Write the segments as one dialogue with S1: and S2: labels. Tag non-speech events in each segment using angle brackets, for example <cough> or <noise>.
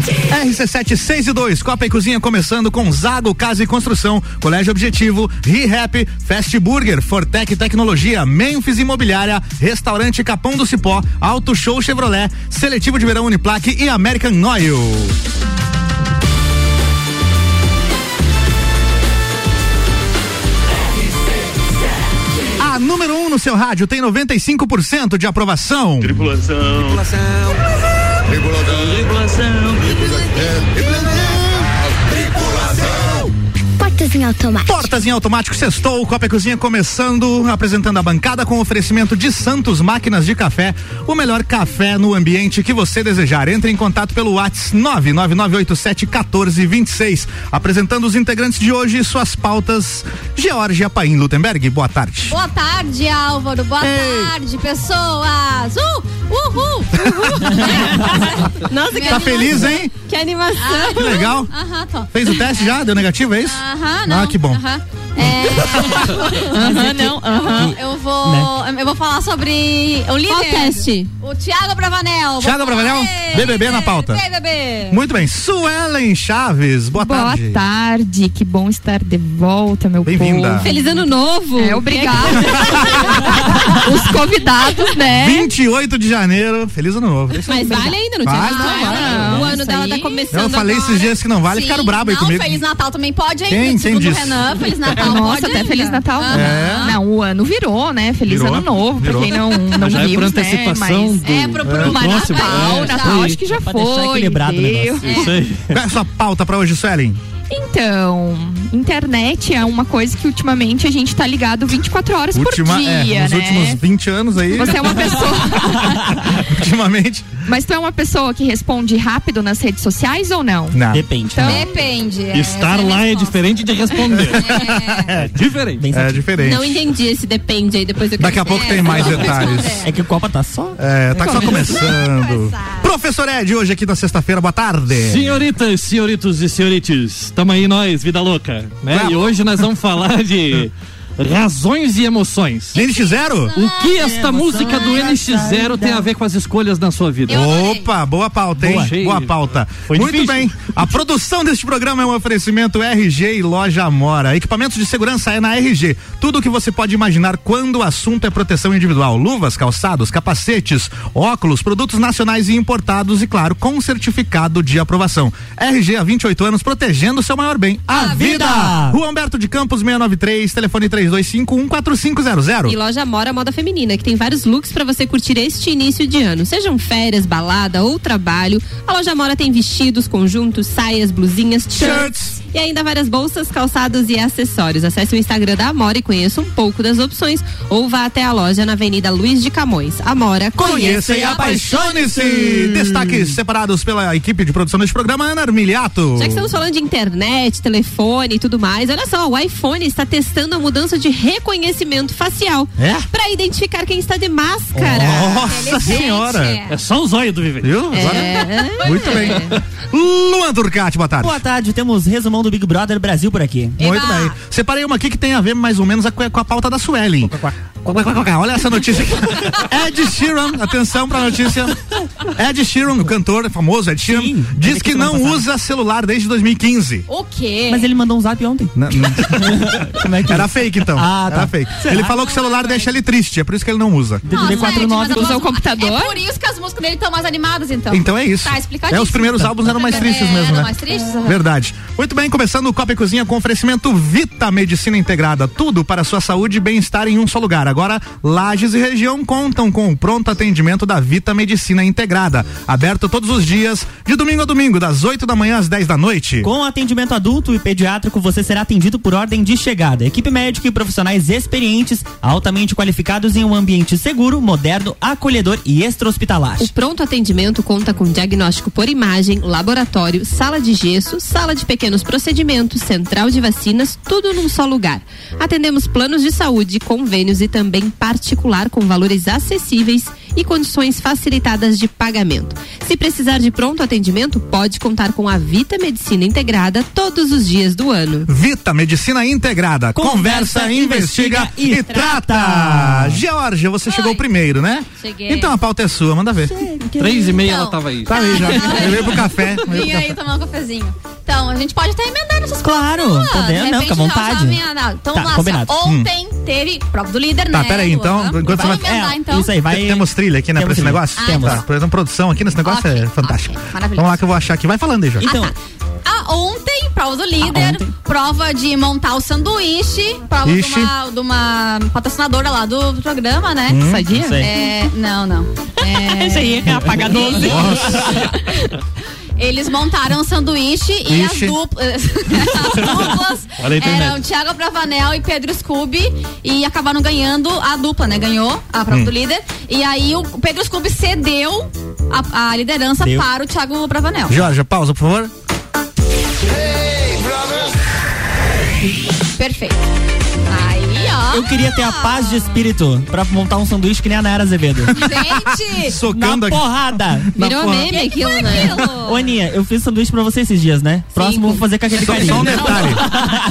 S1: RC7 6 e 2, Copa e Cozinha começando com Zago Casa e Construção, Colégio Objetivo, ReHap, Fast Burger, Fortec Tecnologia, Memphis Imobiliária, Restaurante Capão do Cipó, Auto Show Chevrolet, Seletivo de Verão Uniplaque e American Oil. A número 1 um no seu rádio tem 95% de aprovação.
S2: Tripulação.
S3: Tripulação.
S2: Tripulação.
S4: Portas em automático.
S1: Portas em automático, sextou, Copa e Cozinha começando, apresentando a bancada com oferecimento de Santos Máquinas de Café, o melhor café no ambiente que você desejar. Entre em contato pelo Whats 999871426. Apresentando os integrantes de hoje e suas pautas, Georgia Paim Lutemberg, boa tarde.
S5: Boa tarde, Álvaro. Boa
S1: Ei.
S5: tarde, pessoas. Uh,
S1: <laughs>
S5: uhul, uhul.
S6: Nossa, que,
S1: Tá feliz, hein?
S6: que animação.
S5: Ah,
S1: Que legal.
S5: Aham, tô.
S1: Fez o teste já? Deu negativo, é isso?
S5: Aham, não.
S1: Ah, que bom.
S5: Aham. É,
S6: Aham, não, aham.
S5: eu vou,
S1: Né?
S5: eu vou falar sobre o líder.
S6: Qual teste?
S5: O Thiago Bravanel. Vou
S1: Thiago
S5: falar-
S1: Bravanel,
S5: Ei,
S1: BBB na pauta.
S5: BBB.
S1: Muito bem, Suelen Chaves, boa,
S7: Boa
S1: tarde.
S7: tarde, que bom estar de volta, meu
S1: Bem-vinda.
S7: povo.
S6: Feliz ano novo.
S7: É, obrigada.
S6: <laughs>
S7: Os convidados, né?
S1: 28 de janeiro, feliz ano novo. É isso aí.
S6: Mas vale ainda, não tinha
S1: Vale,
S6: nada.
S1: vale,
S7: vale.
S6: O ano
S7: Isso
S6: dela
S7: aí.
S6: tá começando
S1: Eu falei
S6: agora.
S1: esses dias que não vale, ficaram brabo aí
S5: não,
S1: comigo.
S5: Feliz Natal também pode, hein?
S1: Quem-
S5: Segundo
S1: quem
S5: o
S1: disse?
S5: Renan,
S1: <laughs>
S5: Feliz Natal pode
S7: Nossa, até
S5: ainda.
S7: Feliz Natal.
S1: É.
S7: Não, o ano virou, né? Feliz
S1: Virou,
S7: ano novo,
S1: virou.
S7: pra quem não, não
S8: Já é
S7: viu,
S8: por
S7: né?
S8: antecipação
S7: Mas...
S8: do...
S5: É, pro- pro
S7: Mas
S5: próximo,
S7: Natal,
S5: é,
S7: Natal
S5: foi.
S7: acho que já
S8: pra deixar
S7: foi.
S8: equilibrado o
S7: deu.
S8: negócio. Isso aí.
S1: Qual é a sua pauta pra hoje, Suelen?
S7: Então, internet é uma coisa que ultimamente a gente tá ligado 24 horas por
S1: é,
S7: dia,
S1: nos
S7: né?
S1: últimos 20 anos aí,
S7: Você é uma pessoa.
S1: <laughs> ultimamente.
S7: Mas tu é uma pessoa que responde rápido nas redes sociais ou não?
S1: Não.
S8: Depende.
S7: Então,
S8: né?
S5: Depende. é,
S8: Estar
S5: essa a
S8: lá é
S5: resposta.
S8: diferente de
S5: <laughs>
S8: responder. É diferente. Bem
S1: É
S8: sentido.
S1: diferente.
S6: Não entendi esse depende aí, depois eu quero
S1: Daqui a
S6: ver.
S7: É,
S1: pouco tem mais
S6: <laughs>
S1: detalhes.
S8: É que o Copa tá só.
S1: É, tá só começando. Professor Ed, hoje aqui na sexta-feira, boa tarde.
S8: Senhoritas, senhoritos e senhorites, tamo aí nós, vida louca, né?
S1: Vamos.
S8: E hoje nós vamos falar de razões e emoções.
S1: NX0?
S8: O que esta música do NX0 tem a ver com as escolhas na sua vida?
S5: Eu adorei.
S1: Opa, boa pauta, hein? Boa,
S8: Boa.
S1: pauta.
S8: Foi
S1: Muito
S8: difícil.
S1: bem. A produção deste programa é um oferecimento RG e Loja Amora. Equipamentos de segurança é na RG. Tudo o que você pode imaginar quando o assunto é proteção individual: luvas, calçados, capacetes, óculos, produtos nacionais e importados e, claro, com certificado de aprovação. RG há 28 anos protegendo o seu maior bem, a, vida. Rua Humberto de Campos 693, telefone 32514500.
S6: E loja Amora Moda Feminina, que tem vários looks pra você curtir este início de ano. Sejam férias, balada ou trabalho, a loja Amora tem vestidos, conjuntos, saias, blusinhas,
S1: Shirts.
S6: shirts e ainda várias bolsas, calçados e acessórios. Acesse o Instagram da Amora e conheça um pouco das opções ou vá até a loja na Avenida Luiz de Camões. Amora,
S1: Conheça
S6: conheça
S1: e apaixone-se! Destaques separados pela equipe de produção deste programa, Ana Armiliato.
S6: Já que estamos falando de internet, telefone e tudo mais, olha só, o iPhone está testando a mudança de reconhecimento facial
S1: É?
S6: para identificar quem está de máscara.
S1: Nossa
S5: Inteligente.
S1: Senhora!
S8: É só os olhos do viver. é.
S1: Viu? Agora- Muito bem. Luan Turcati, boa tarde.
S9: Boa tarde, temos resumão do Big Brother Brasil por aqui.
S1: Muito
S5: Eba.
S1: bem. Separei uma aqui que tem a ver mais ou menos a- com a, com a pauta da Suelen. Quá, quá, quá, quá. Olha essa notícia aqui. Ed Sheeran, atenção pra notícia. Ed Sheeran, o cantor famoso Ed Sheeran,
S9: Sim, eu
S1: diz
S9: vi
S1: que
S9: que semana
S1: não
S9: passada.
S1: usa celular desde 2015.
S5: O quê?
S9: Mas ele mandou um zap ontem.
S1: Na-
S9: <laughs> Como é que
S1: Era fake então.
S9: Ah, tá.
S1: Era fake. Ele falou que o celular deixa ele triste, é por isso que ele não usa.
S5: Nossa, Ed, é, tipo, mas a
S9: 49
S5: tua-
S7: usa o computador?
S5: É por isso que as músicas dele estão mais animadas, então.
S1: Então é isso.
S5: Tá explicadíssimo.
S1: É, os primeiros álbuns eram mais tristes
S5: É,
S1: mesmo,
S5: eram
S1: né?
S5: mais tristes, aham.
S1: Verdade. Muito bem, começando o Copa e Cozinha com oferecimento Vita Medicina Integrada. Tudo para sua saúde e bem-estar em um só lugar. Agora, Lages e região contam com o pronto atendimento da Vita Medicina Integrada. Aberto todos os dias, de domingo a domingo, das 8 da manhã às 10 da noite.
S9: Com atendimento adulto e pediátrico, você será atendido por ordem de chegada. Equipe médica e profissionais experientes, altamente qualificados em um ambiente seguro, moderno, acolhedor e extra-hospitalar.
S6: O pronto atendimento conta com diagnóstico por imagem, laboratório, sala de gesso, sala de pequenos procedimentos, central de vacinas, tudo num só lugar. Atendemos planos de saúde, convênios e também particular com valores acessíveis e condições facilitadas de pagamento. Se precisar de pronto atendimento, pode contar com a Vita Medicina Integrada todos os dias do ano.
S1: Vita Medicina Integrada. Conversa,
S9: Conversa,
S1: investiga e,
S9: investiga e
S1: trata.
S9: trata.
S1: Georgia, você chegou primeiro, né?
S5: Cheguei.
S1: Então a pauta é sua, manda ver.
S8: Três e meia
S5: Então. Ah.
S8: ela tava aí.
S1: Tá aí já. Eu veio pro
S5: <laughs>
S1: café. veio pro
S5: Vim aí
S1: café.
S5: tomar um cafezinho. Então, a gente pode até emendar nessas
S9: Claro,
S5: coisas. então,
S1: tá
S9: podemos,
S5: De
S9: não,
S5: repente
S9: fica à
S5: já
S9: vontade.
S5: sabe, ah, não. Então,
S9: Tá,
S5: lá,
S9: combinado.
S5: só ontem teve prova do líder,
S1: Hum. Tá,
S5: né?
S1: peraí, então,
S5: Luan?
S1: enquanto você
S5: Vamos
S1: vai-
S5: emendar,
S9: É,
S5: então.
S9: Isso aí, vai.
S1: Temos trilha aqui, né, pra
S9: Temos
S1: esse
S9: trilha.
S1: negócio?
S5: Ah,
S1: Temos.
S5: então.
S1: Tá, Por exemplo, produção aqui nesse negócio
S5: Ok,
S1: é fantástico.
S5: ok, maravilhoso.
S1: Vamos lá que eu vou achar aqui. Vai falando aí, Jorge.
S9: Então,
S5: Ah, ontem, prova do
S1: Ah,
S5: líder,
S9: ontem.
S5: prova de montar o sanduíche, prova de
S1: Ixi.
S5: uma, de uma patrocinadora lá do, do programa, né?
S1: Hum,
S9: Sadia? Isso aí.
S5: É, não, não.
S7: Isso aí é apagador.
S5: Eles montaram o sanduíche e <laughs> as
S1: Ixi.
S5: duplas, as duplas
S8: Olha a internet.
S5: eram Thiago Bravanel e Pedro Scooby e acabaram ganhando a dupla, né? Ganhou a prova
S1: Hum.
S5: do líder. E aí o Pedro Scooby cedeu a, a liderança
S9: Deu.
S5: para o Thiago Bravanel.
S1: Jorge, pausa, por favor.
S5: Perfeito. Aí, ó.
S9: eu queria ter a paz de espírito pra montar um sanduíche que nem a Nayara Azevedo.
S5: Gente!
S1: <laughs>
S9: Na
S1: Socando aqui.
S9: porrada!
S6: Virou meme aquilo, né?
S9: Ô, Aninha, eu fiz sanduíche pra você esses dias, né? Próximo eu vou fazer com aquele
S1: Só, só
S9: carinho.
S1: um detalhe.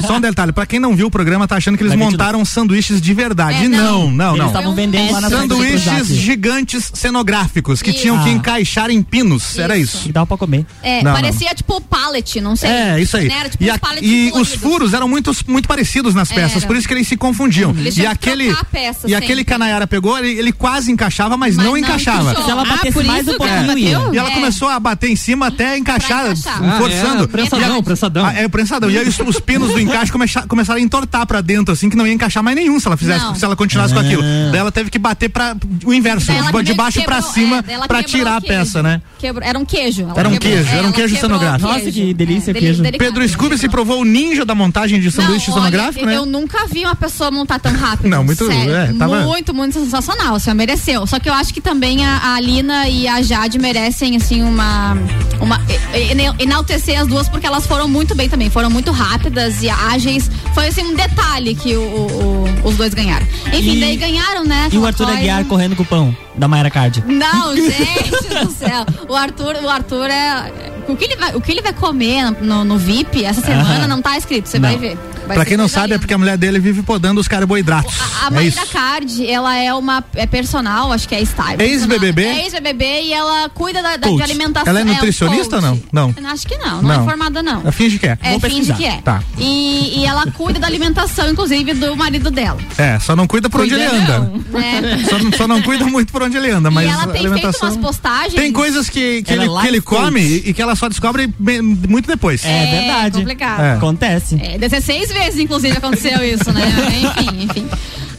S1: <laughs> Só um detalhe. Pra quem não viu o programa, tá achando que eles
S9: Vai,
S1: montaram sanduíches de verdade.
S5: É, não.
S1: não, não,
S9: Eles
S1: não.
S9: estavam vendendo lá na frente do
S1: Sanduíches
S9: Projac.
S1: gigantes cenográficos que
S5: Isso.
S1: tinham que
S9: Ah.
S1: encaixar em pinos. Era
S5: Isso.
S1: isso.
S9: Que dava pra comer.
S5: É,
S1: Não,
S5: parecia tipo pallet, não sei.
S1: É, isso aí.
S5: Né? Era tipo
S1: e
S5: uns
S1: a-
S5: pallets
S1: e os
S5: coloridos.
S1: furos eram muito, muito parecidos nas peças,
S5: Era.
S1: por isso que eles se confundiam.
S5: Eles
S1: e
S5: tinham que
S1: aquele,
S5: trocar a peça
S1: e aquele
S5: sempre.
S1: que a Nayara pegou, ele, ele quase encaixava, mas,
S5: Mas
S1: não,
S5: não
S1: encaixava.
S5: encaixou.
S9: Se ela
S6: Ah,
S9: batesse
S6: por
S9: mais um
S6: isso que ela
S9: pouquinho, ia.
S6: bateu?
S1: E ela
S5: É.
S1: começou a bater em cima até encaixar,
S5: encaixar.
S1: hum, forçando.
S8: Ah, é, prensadão,
S1: E a-
S8: prensadão.
S1: Ah, é, o prensadão. E aí os, os pinos do encaixe começa- começaram a entortar pra dentro, assim, que não ia encaixar mais nenhum se ela fizesse,
S5: Não.
S1: se ela continuasse
S9: Ah.
S1: com aquilo. Daí ela teve que bater pra o inverso,
S5: Daí ela
S1: de, de
S5: meio que
S1: baixo pra
S5: quebrou,
S1: cima,
S5: é, daí ela
S1: pra
S5: quebrou
S1: tirar a
S5: o queijo.
S1: peça, né?
S5: Quebrou- era um queijo. ela
S1: Era um
S5: quebrou-
S1: queijo,
S5: é,
S1: era um
S5: ela
S1: queijo
S5: quebrou o
S1: cenográfico.
S9: Nossa,
S5: queijo.
S9: que delícia
S5: É,
S9: o queijo.
S5: deli-
S1: Pedro
S5: delicado,
S1: Scooby se
S5: delicado.
S1: provou o ninja da montagem de
S5: Não,
S1: sanduíche cenográfico,
S5: olha, é um eu
S1: né?
S5: nunca vi uma pessoa montar tão rápido.
S1: Não, muito-
S5: Sério,
S1: é, tava-
S5: Muito, muito sensacional. Assim, ó, mereceu. Só que eu acho que também a, a Lina e a Jade merecem, assim, uma. uma e- e- enaltecer as duas, porque elas foram muito bem também. Foram muito rápidas e ágeis. Foi, assim, um detalhe que o- o- o- os dois ganharam. Enfim,
S9: E-
S5: daí ganharam, né?
S9: E o
S5: aquela
S9: Arthur
S5: coisa.
S9: Aguiar correndo com o pão da Mayra Card. <laughs>
S5: Não, gente do céu. O Arthur, o Arthur é. O que ele vai, o que ele vai comer no, no VIP essa semana não tá escrito, você vai
S9: Não.
S5: ver. Vai
S1: Pra
S5: ser
S1: quem não
S5: coisa
S1: sabe, é
S5: linda.
S1: porque a mulher dele vive podando os carboidratos.
S5: A, a
S1: é
S5: Maíra
S1: isso.
S5: Card, ela é uma é personal, acho que é style.
S1: Ex-BBB?
S5: É ex-BBB e ela cuida da, da- de
S9: Coach.
S5: alimentação.
S1: Ela é
S5: um
S1: nutricionista ou não?
S5: coach.
S1: Não.
S5: Acho que não, não,
S1: Não.
S5: é formada não.
S1: Ela finge que é.
S5: É,
S9: Vou
S5: finge
S9: pesquisar.
S5: que é.
S1: Tá.
S5: E, e ela cuida da alimentação, inclusive, do marido dela.
S1: É, só não cuida por onde ele
S6: Cuida
S1: anda.
S5: Né?
S1: Só, não- só não cuida muito por onde ele anda, mas
S5: e ela tem
S1: a
S5: feito
S1: alimentação...
S5: umas postagens.
S1: Tem coisas que, que
S9: Ela
S1: ele,
S9: é
S1: que ele
S9: life coach.
S1: come e que ela só descobre bem- muito depois.
S9: É, verdade.
S5: complicado.
S1: É.
S9: Acontece.
S5: É, 16 vezes, inclusive, aconteceu isso,
S9: <laughs>
S5: né? Enfim, enfim.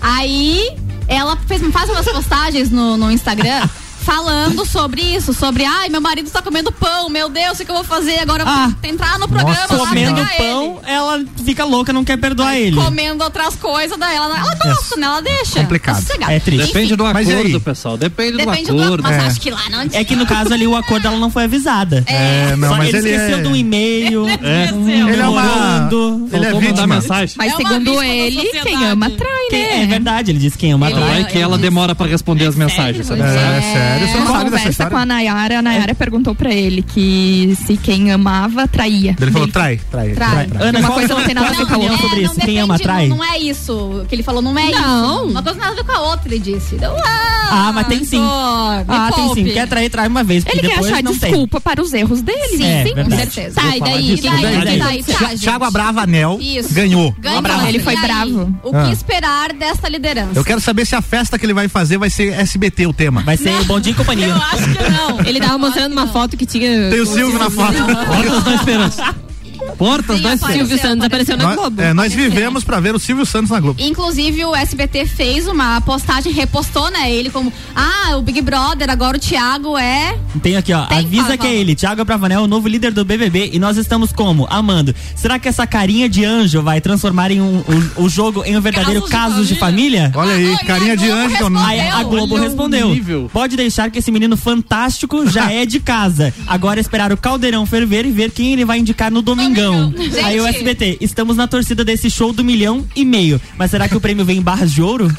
S5: Aí ela fez, faz umas postagens no, no Instagram falando sobre isso, sobre ai, meu marido tá comendo pão, meu Deus, o que que eu vou fazer agora? Eu vou
S9: Ah,
S5: tentar entrar no programa,
S1: nossa,
S5: lá,
S9: Comendo
S5: pegar ele.
S9: pão, ela fica louca, não quer perdoar ele.
S5: Comendo outras coisas daí ela Ela gosta, né? Ela deixa.
S1: Complicado.
S5: Tá sossegada.
S9: É triste.
S8: Depende do
S1: Mas e aí?
S8: acordo, pessoal. Depende,
S5: Depende
S8: do
S5: do
S8: acordo.
S5: Mas
S1: É.
S5: acho que lá não
S9: É que no caso ali o acordo ela não foi avisada.
S1: É, não,
S9: Só
S1: mas
S9: ele,
S1: ele
S9: esqueceu
S1: é...
S9: de um e-mail.
S8: É.
S1: Ele é uma...
S9: Morando.
S1: Ele é
S8: Faltou mandar
S1: vítima.
S8: mensagem.
S6: Mas
S5: É uma
S6: segundo
S5: vítima da
S6: ele, quem
S5: sociedade.
S6: ama trai,
S9: Que-
S6: né?
S9: É verdade, ele disse quem ama
S5: Ele-
S9: atrás.
S8: Vai que ela demora pra responder as mensagens, sabe?
S1: É, sério, você não sabe dessa
S7: Conversa com a
S1: história?
S7: Nayara, a Nayara perguntou pra ele que se quem amava, traía.
S1: Ele falou, trai, trai, trai.
S5: Trai.
S1: trai.
S9: Ana,
S7: Uma
S9: qual
S7: coisa não tem nada a
S9: qual a
S7: ver
S9: sua
S7: com a
S9: opinião
S5: é,
S9: sobre
S5: não
S9: isso? Quem
S5: depende,
S9: ama atrai?
S5: Não, não é isso que ele falou, não é
S6: Não.
S5: isso. Uma coisa não tem nada a ver com a outra, ele disse. Então, ah,
S9: Ah, mas tem sim.
S5: Arthur, me
S9: Ah, tem
S5: poupe.
S9: sim. Quer trair, trai uma vez. porque
S7: Ele quer
S9: depois
S7: achar
S9: não tem.
S7: desculpa para os erros dele.
S5: Sim,
S9: É,
S5: sim, com
S9: verdade.
S5: certeza.
S6: Tá, e daí?
S8: disso,
S5: E daí,
S8: verdade.
S5: e daí, tá, gente.
S1: Tiago Abravanel
S5: Isso.
S1: ganhou. Um
S5: Ganhou.
S7: Bravo. Ele foi
S5: E aí,
S7: bravo.
S5: O que
S1: Ah.
S5: esperar desta liderança?
S1: Eu quero saber se a festa que ele vai fazer vai ser SBT o tema.
S9: Vai ser bom dia e companhia.
S5: Eu acho que não.
S6: Ele tava mostrando uma foto que tinha.
S1: Tem o Silvio na foto.
S8: Portas da Esperança. Portas
S5: Sim,
S8: da
S5: apareceu,
S8: Esperança.
S6: Silvio Santos apareceu na
S1: Nós,
S6: Globo.
S1: é, nós vivemos pra ver o Silvio Santos na Globo.
S5: Inclusive, o SBT fez uma postagem, repostou, né? Ele como, ah, o Big Brother, agora o Thiago é...
S9: Tem aqui, ó.
S5: Tem?
S9: Avisa
S5: Fala,
S9: que é
S5: fala.
S9: ele, Thiago Bravanel, o novo líder do BBB. E nós estamos como? Amando. Será que essa carinha de anjo vai transformar em um, o, o jogo em um verdadeiro
S5: Casos de
S9: caso de
S5: família?
S9: família?
S1: Olha aí,
S5: Ah, olha,
S1: carinha
S5: a
S1: de
S5: Globo
S1: anjo. que eu-
S5: respondeu.
S9: Aí a Globo
S8: Olha o
S9: respondeu.
S8: nível.
S9: Pode deixar que esse menino
S1: <laughs>
S9: fantástico já é de casa. Agora é esperar o caldeirão ferver e ver quem ele vai indicar no domingão. milhão.
S5: Gente.
S9: Aí o SBT, estamos na torcida desse show do milhão e meio. Mas será que o prêmio vem em barras de ouro?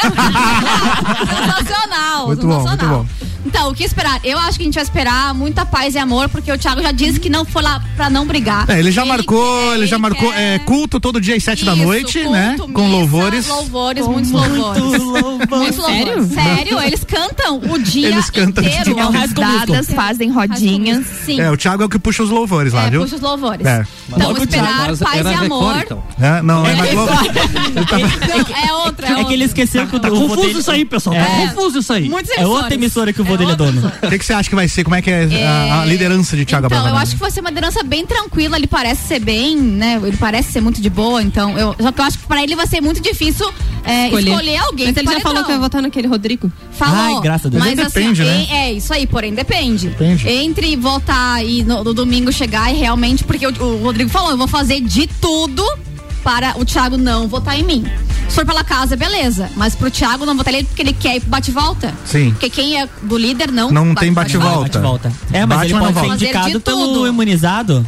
S5: Sensacional,
S1: Muito bom,
S5: sensacional.
S1: muito bom.
S5: Então, o que esperar? Eu acho que a gente vai esperar muita paz e amor, porque o Thiago já disse que não foi lá pra não brigar.
S1: É, ele já marcou,
S5: quer,
S1: ele já marcou
S5: quer.
S1: é, culto todo dia às sete da
S5: Isso,
S1: noite,
S5: culto,
S1: né? com
S5: missa,
S1: louvores.
S5: Louvores, muitos louvores.
S9: louco.
S5: Muitos louvores. Sério, eles cantam o Então, um dia
S1: Eles cantam o dia
S5: inteiro.
S9: inteiro. High School Musical.
S7: Dadas fazem rodinhas.
S5: Sim,
S1: É, o Thiago é o que puxa os louvores lá,
S5: é,
S1: viu?
S5: puxa os louvores.
S1: É.
S5: Então,
S8: Logo
S5: esperar
S8: de-
S5: paz
S8: era
S5: e amor.
S8: Record, então.
S1: É, não, é, mais louvor.
S5: Não, é outra, é
S9: É que
S5: outra.
S9: ele esqueceu que o
S8: Tá
S9: o vô
S8: confuso
S9: dele-
S8: isso aí, pessoal. Tá
S5: É.
S8: confuso isso aí.
S5: Muitos
S9: É outra emissora que o vô dele é
S5: outra
S9: dono.
S5: emissora.
S1: O que, que você acha que vai ser? Como é que é, a, a liderança de Thiago né?
S5: Então,
S1: Abravanel?
S5: eu acho que vai ser uma liderança bem tranquila, ele parece ser bem, né? Ele parece ser muito de boa, então eu, só que eu acho que pra ele vai ser muito difícil é, escolher. alguém.
S6: Mas
S5: pro
S6: ele já falou
S5: paredão.
S6: que vai votar naquele Rodrigo.
S5: um. Falou.
S9: Ai, graças a Deus.
S5: Mas
S1: Mas depende,
S5: assim,
S1: né?
S5: em- é isso aí, porém depende.
S1: Depende.
S5: Entre voltar e no, no domingo chegar e realmente, porque o, o Rodrigo falou, eu vou fazer de tudo para o Thiago não votar em mim. Se for pela casa, beleza. Mas pro Thiago não votar ele porque ele quer ir pro bate-volta.
S1: Sim.
S5: Porque quem é do líder não.
S1: Não tem bate-volta.
S9: Bate e volta. É, mas
S1: Bate,
S9: ele
S1: mas não
S9: pode ser
S1: volta.
S5: Fazer
S9: indicado
S5: de
S9: pelo
S5: tudo.
S9: imunizado.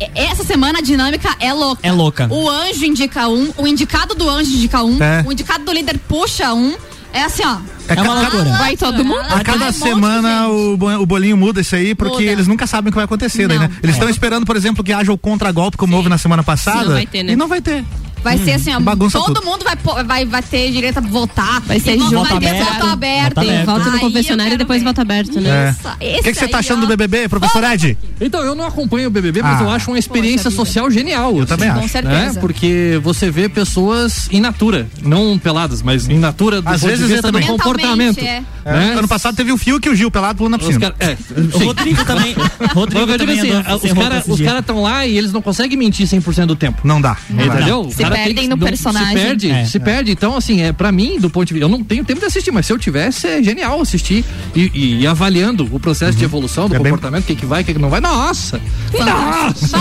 S5: E- Essa semana a dinâmica é louca.
S9: É louca.
S5: O anjo indica um, o indicado do anjo indica um,
S1: É.
S5: o indicado do líder puxa um. É assim, ó.
S1: É
S9: É uma
S1: ca-
S9: loucura.
S7: Vai todo mundo?
S1: A cada
S5: Ai, um monte de
S1: semana
S5: gente.
S1: o, bo- o bolinho muda isso aí, porque
S5: Muda.
S1: eles nunca sabem o que vai acontecer daí,
S5: Não. é.
S1: né? Eles estão esperando, por exemplo, que haja o contragolpe, como houve na semana passada.
S6: vai ter, né?
S1: E não vai ter. Hum.
S5: Vai ser assim, ó,
S1: bagunça
S5: todo
S1: tudo.
S5: mundo vai, po- vai, vai ter direito a votar.
S6: Vai ser
S5: E vão-
S6: jogo
S5: vai ter
S9: aberto.
S5: voto aberto.
S9: Voto aberto.
S6: Tem
S9: É,
S6: volta
S5: Aí
S6: no
S5: eu
S6: confessionário e
S5: quero
S6: depois
S5: ver.
S6: volta aberto, né?
S5: Nossa,
S1: É. O que, que você
S5: esse
S1: tá
S5: aí,
S1: achando
S5: ó.
S1: do BBB, professor Ed?
S2: Então, eu não acompanho o BBB, mas
S1: Ah.
S2: eu acho uma experiência social genial. Eu
S8: né?
S1: também acho.
S5: Com certeza.
S2: Porque você vê pessoas in natura, não peladas, mas in natura do
S1: Às
S2: ponto
S1: vezes
S2: de
S1: é
S2: vista do
S1: também. É.
S2: comportamento.
S5: Mentalmente, é.
S2: Né?
S1: Ano passado teve o Fio que o Gil pelado pulando na
S2: Os
S1: piscina.
S2: cara, é,
S9: O
S2: sim.
S9: Rodrigo também.
S2: Mas
S9: Rodrigo
S2: eu digo
S9: também
S2: assim,
S9: andou sem
S2: os
S9: roupa
S2: caras
S9: esses dias.
S2: estão lá e eles não conseguem mentir 100% do tempo.
S1: Não dá. não dá.
S2: Entendeu? O
S7: Se
S2: cara
S7: perdem
S2: tem que-
S7: no
S2: não-
S7: personagem.
S2: Se perde,
S9: É.
S2: se perde. Então, assim, é pra mim, do ponto de vista. Eu não tenho tempo de assistir, mas se eu tivesse, é genial assistir e, e- e avaliando o processo de evolução do
S1: É bem-
S2: comportamento, o que, que vai, o que, que não vai. Nossa!
S3: Então,
S2: Nossa!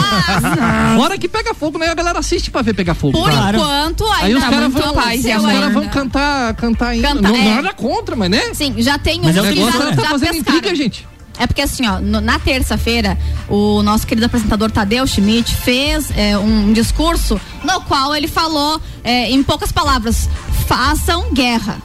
S2: Hora que pega fogo, né? A galera assiste pra ver pegar fogo.
S5: Por
S2: Tá.
S9: Claro.
S5: enquanto,
S2: Aí
S5: ainda
S2: os caras
S5: muito
S2: vão,
S5: paz e
S2: os
S5: amor.
S2: caras vão cantar, cantar ainda.
S5: Canta,
S2: não,
S5: é.
S2: Nada contra, mas né?
S5: Sim, já tem um
S9: Mas é o
S2: o
S5: que já,
S2: negócio é tá
S5: já
S2: fazendo
S5: pescaram.
S2: intriga, gente.
S5: É porque assim, ó, no- na terça-feira, o nosso querido apresentador Tadeu Schmidt fez é, um discurso no qual ele falou, é, em poucas palavras, façam guerra.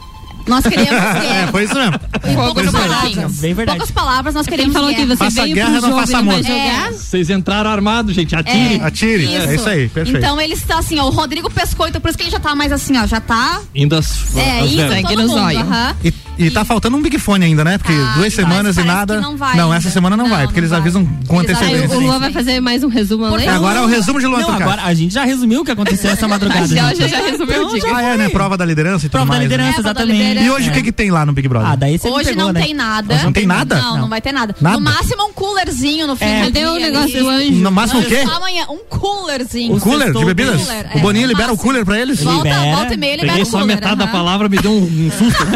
S5: Nós
S9: <laughs>
S1: <laughs>
S5: queremos
S1: É,
S5: guerra.
S1: foi isso mesmo.
S5: Em poucas
S1: Pois é.
S5: palavras.
S9: Bem verdade.
S5: poucas palavras, nós
S6: Quem
S5: queremos
S6: falou É que
S5: guerra.
S6: você
S1: Faça
S6: veio
S1: guerra,
S6: pro
S1: não
S6: jogo e
S1: faça
S6: não vai
S1: amor.
S5: É.
S6: jogar?
S2: Vocês entraram armados, gente. Atire.
S1: Atire. É isso aí, perfeito.
S5: Então ele está assim, ó, o Rodrigo pescou, então por isso que ele já tá mais assim, ó, já tá.
S2: Ainda as,
S5: É,
S2: as
S5: isso,
S2: velas.
S6: Sangue
S5: todo
S6: no
S5: mundo,
S6: zóio.
S5: aham.
S1: E, e tá faltando um Big Fone ainda, né? Porque
S5: Ah,
S1: duas
S5: mas
S1: semanas e
S5: parece
S1: nada.
S5: que não vai
S1: essa
S5: ainda.
S1: semana não,
S5: Não,
S1: vai, porque
S5: não
S1: eles
S5: vai.
S1: avisam com
S5: Eles
S6: Aí
S1: antecedência.
S6: o Luan vai fazer mais um resumo além.
S1: Agora é o resumo de Luan
S9: Não,
S1: Turcati.
S9: agora a gente já resumiu o que aconteceu
S5: <laughs>
S9: essa madrugada.
S6: Já,
S9: gente. Então
S6: já, já resumiu o dia.
S1: Ah, é, né? Prova da liderança e tudo
S9: Prova da
S1: mais. né?
S9: liderança,
S5: Prova da
S9: exatamente.
S5: liderança.
S1: E hoje o que, que tem lá no Big Brother?
S9: Ah, daí você me
S5: Hoje
S9: pegou,
S5: não
S9: né?
S5: tem nada.
S1: Hoje não tem nada?
S5: Não, não,
S1: Não.
S5: vai ter nada.
S1: Nada?
S5: No máximo um coolerzinho no fim
S9: É,
S5: do
S6: Cadê
S5: dia
S6: o
S5: ali.
S6: negócio do anjo?
S1: No máximo o quê?
S5: Amanhã, um coolerzinho.
S1: O cooler de
S9: sextou,
S1: bebidas?
S5: cooler,
S1: O
S5: é.
S1: Boninho
S5: No
S1: libera o
S5: máximo.
S1: cooler pra eles?
S5: Volta,
S9: Libera.
S5: volta e meia, libera
S2: Peguei
S5: o
S2: só
S5: cooler.
S2: metade da
S5: aham.
S2: palavra, me deu um, um susto.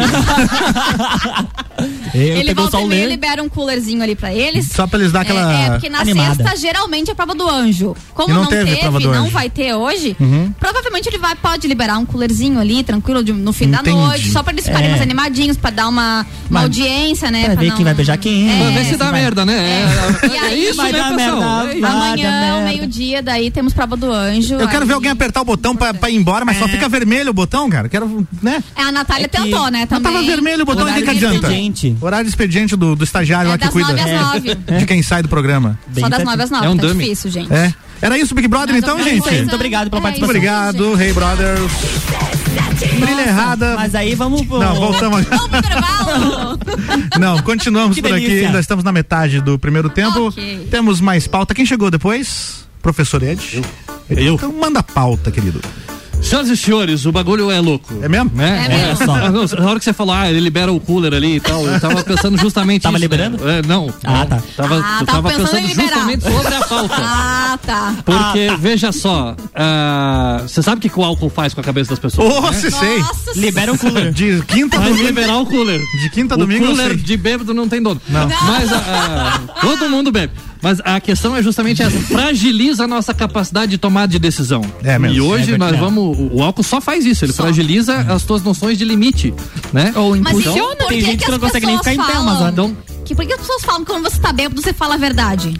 S9: Eu
S5: Ele
S9: pegou
S5: volta
S9: só
S5: e
S9: o
S5: meia,
S9: ler.
S5: libera um coolerzinho ali pra eles.
S1: Só pra eles dar aquela.
S5: É, é, porque na
S9: animada.
S5: sexta geralmente é a prova do anjo. Como
S1: E não
S5: não,
S1: teve
S5: teve,
S1: a prova do
S5: não
S1: anjo. Uhum.
S5: vai ter hoje, provavelmente ele vai, pode liberar um coolerzinho ali, tranquilo, de- no fim da
S1: Entendi.
S5: noite, só pra eles ficarem
S9: É.
S5: mais animadinhos, pra dar uma, uma
S9: Mas-
S5: audiência, né?
S9: Pra ver
S5: não-
S9: quem vai beijar quem.
S5: É.
S2: Pra ver se dá
S9: vai-
S2: merda, né?
S8: <laughs>
S2: É,
S5: E aí,
S2: isso,
S9: vai
S2: né,
S9: dar
S2: pessoal?
S9: merda.
S2: É isso.
S9: Nada,
S5: Amanhã, ao
S9: merda.
S5: meio-dia, daí temos prova do anjo.
S1: Eu quero
S5: aí-
S1: ver alguém apertar o botão pra, pra ir embora, mas só fica vermelho o botão, cara. Quero, né?
S5: É, a Natália
S9: É que-
S5: tentou, né?
S1: Mas
S5: Também.
S1: tava vermelho o botão e o que,
S9: Horário
S1: que
S9: de
S1: adianta?
S9: expediente.
S1: Horário de expediente do, do estagiário
S5: É
S1: lá que
S5: das
S1: cuida.
S5: nove às nove.
S1: <laughs> De quem sai do programa.
S9: Bem
S5: Só das
S9: certinho.
S5: 9 às 9.
S2: É um
S5: tá
S2: dummy.
S5: difícil, gente.
S1: É. Era isso, Big Brother, então,
S5: Mas
S1: gente?
S5: alguma coisa-
S9: Muito obrigado pela
S5: É
S9: participação.
S5: isso, gente.
S1: Obrigado, Rei Brothers. Trilha errada.
S9: Mas aí vamos pro.
S1: Não, voltamos.
S5: Vamos pro intervalo.
S1: Não, continuamos
S9: Que
S1: por aqui.
S9: delícia.
S1: Ainda estamos na metade do primeiro tempo.
S5: Ok.
S1: Temos mais pauta. Quem chegou depois? Professor Ed.
S2: Eu.
S1: Então manda pauta, querido.
S2: Senhoras e senhores, o bagulho é louco.
S1: É mesmo?
S2: Né?
S5: É mesmo.
S2: Ah, não, Na hora que você falou, ah, ele libera o cooler ali e tal, eu tava pensando justamente
S9: Tava
S2: isso, né?
S9: liberando?
S2: É, não.
S9: Ah,
S2: não.
S9: tá.
S2: Tava,
S5: Ah,
S2: eu
S5: tava
S2: tava
S5: pensando em
S2: pensando
S5: liberar.
S2: justamente sobre a pauta.
S5: <laughs> Ah, tá.
S2: Porque, veja só, ah, você sabe o que, que o álcool faz com a cabeça das
S1: Ô,
S2: pessoas? né? um
S1: se sei.
S5: Nossa
S9: Libera o cooler.
S1: De quinta a
S2: Vai
S1: domingo.
S2: liberar o cooler.
S1: De quinta a
S2: O
S1: domingo eu
S2: cooler
S1: sei.
S2: de bêbado não tem dono. Mas ah, ah, todo mundo bebe. Mas a questão é justamente essa. Fragiliza a nossa capacidade de tomada de decisão.
S1: É mesmo.
S2: E hoje
S9: É
S2: nós
S9: verdade.
S2: vamos. o- O álcool só faz isso. Ele fragiliza as tuas noções de limite. Né? Ou
S5: Mas
S2: então,
S5: então, por
S9: tem
S5: que,
S9: gente
S5: que
S9: que
S5: as
S2: é
S9: não consegue nem
S2: um
S5: pessoas
S9: ficar em pé
S5: falam?
S9: umas horas.
S2: então,
S5: Que por que as pessoas falam que quando você tá bêbado, você fala a verdade?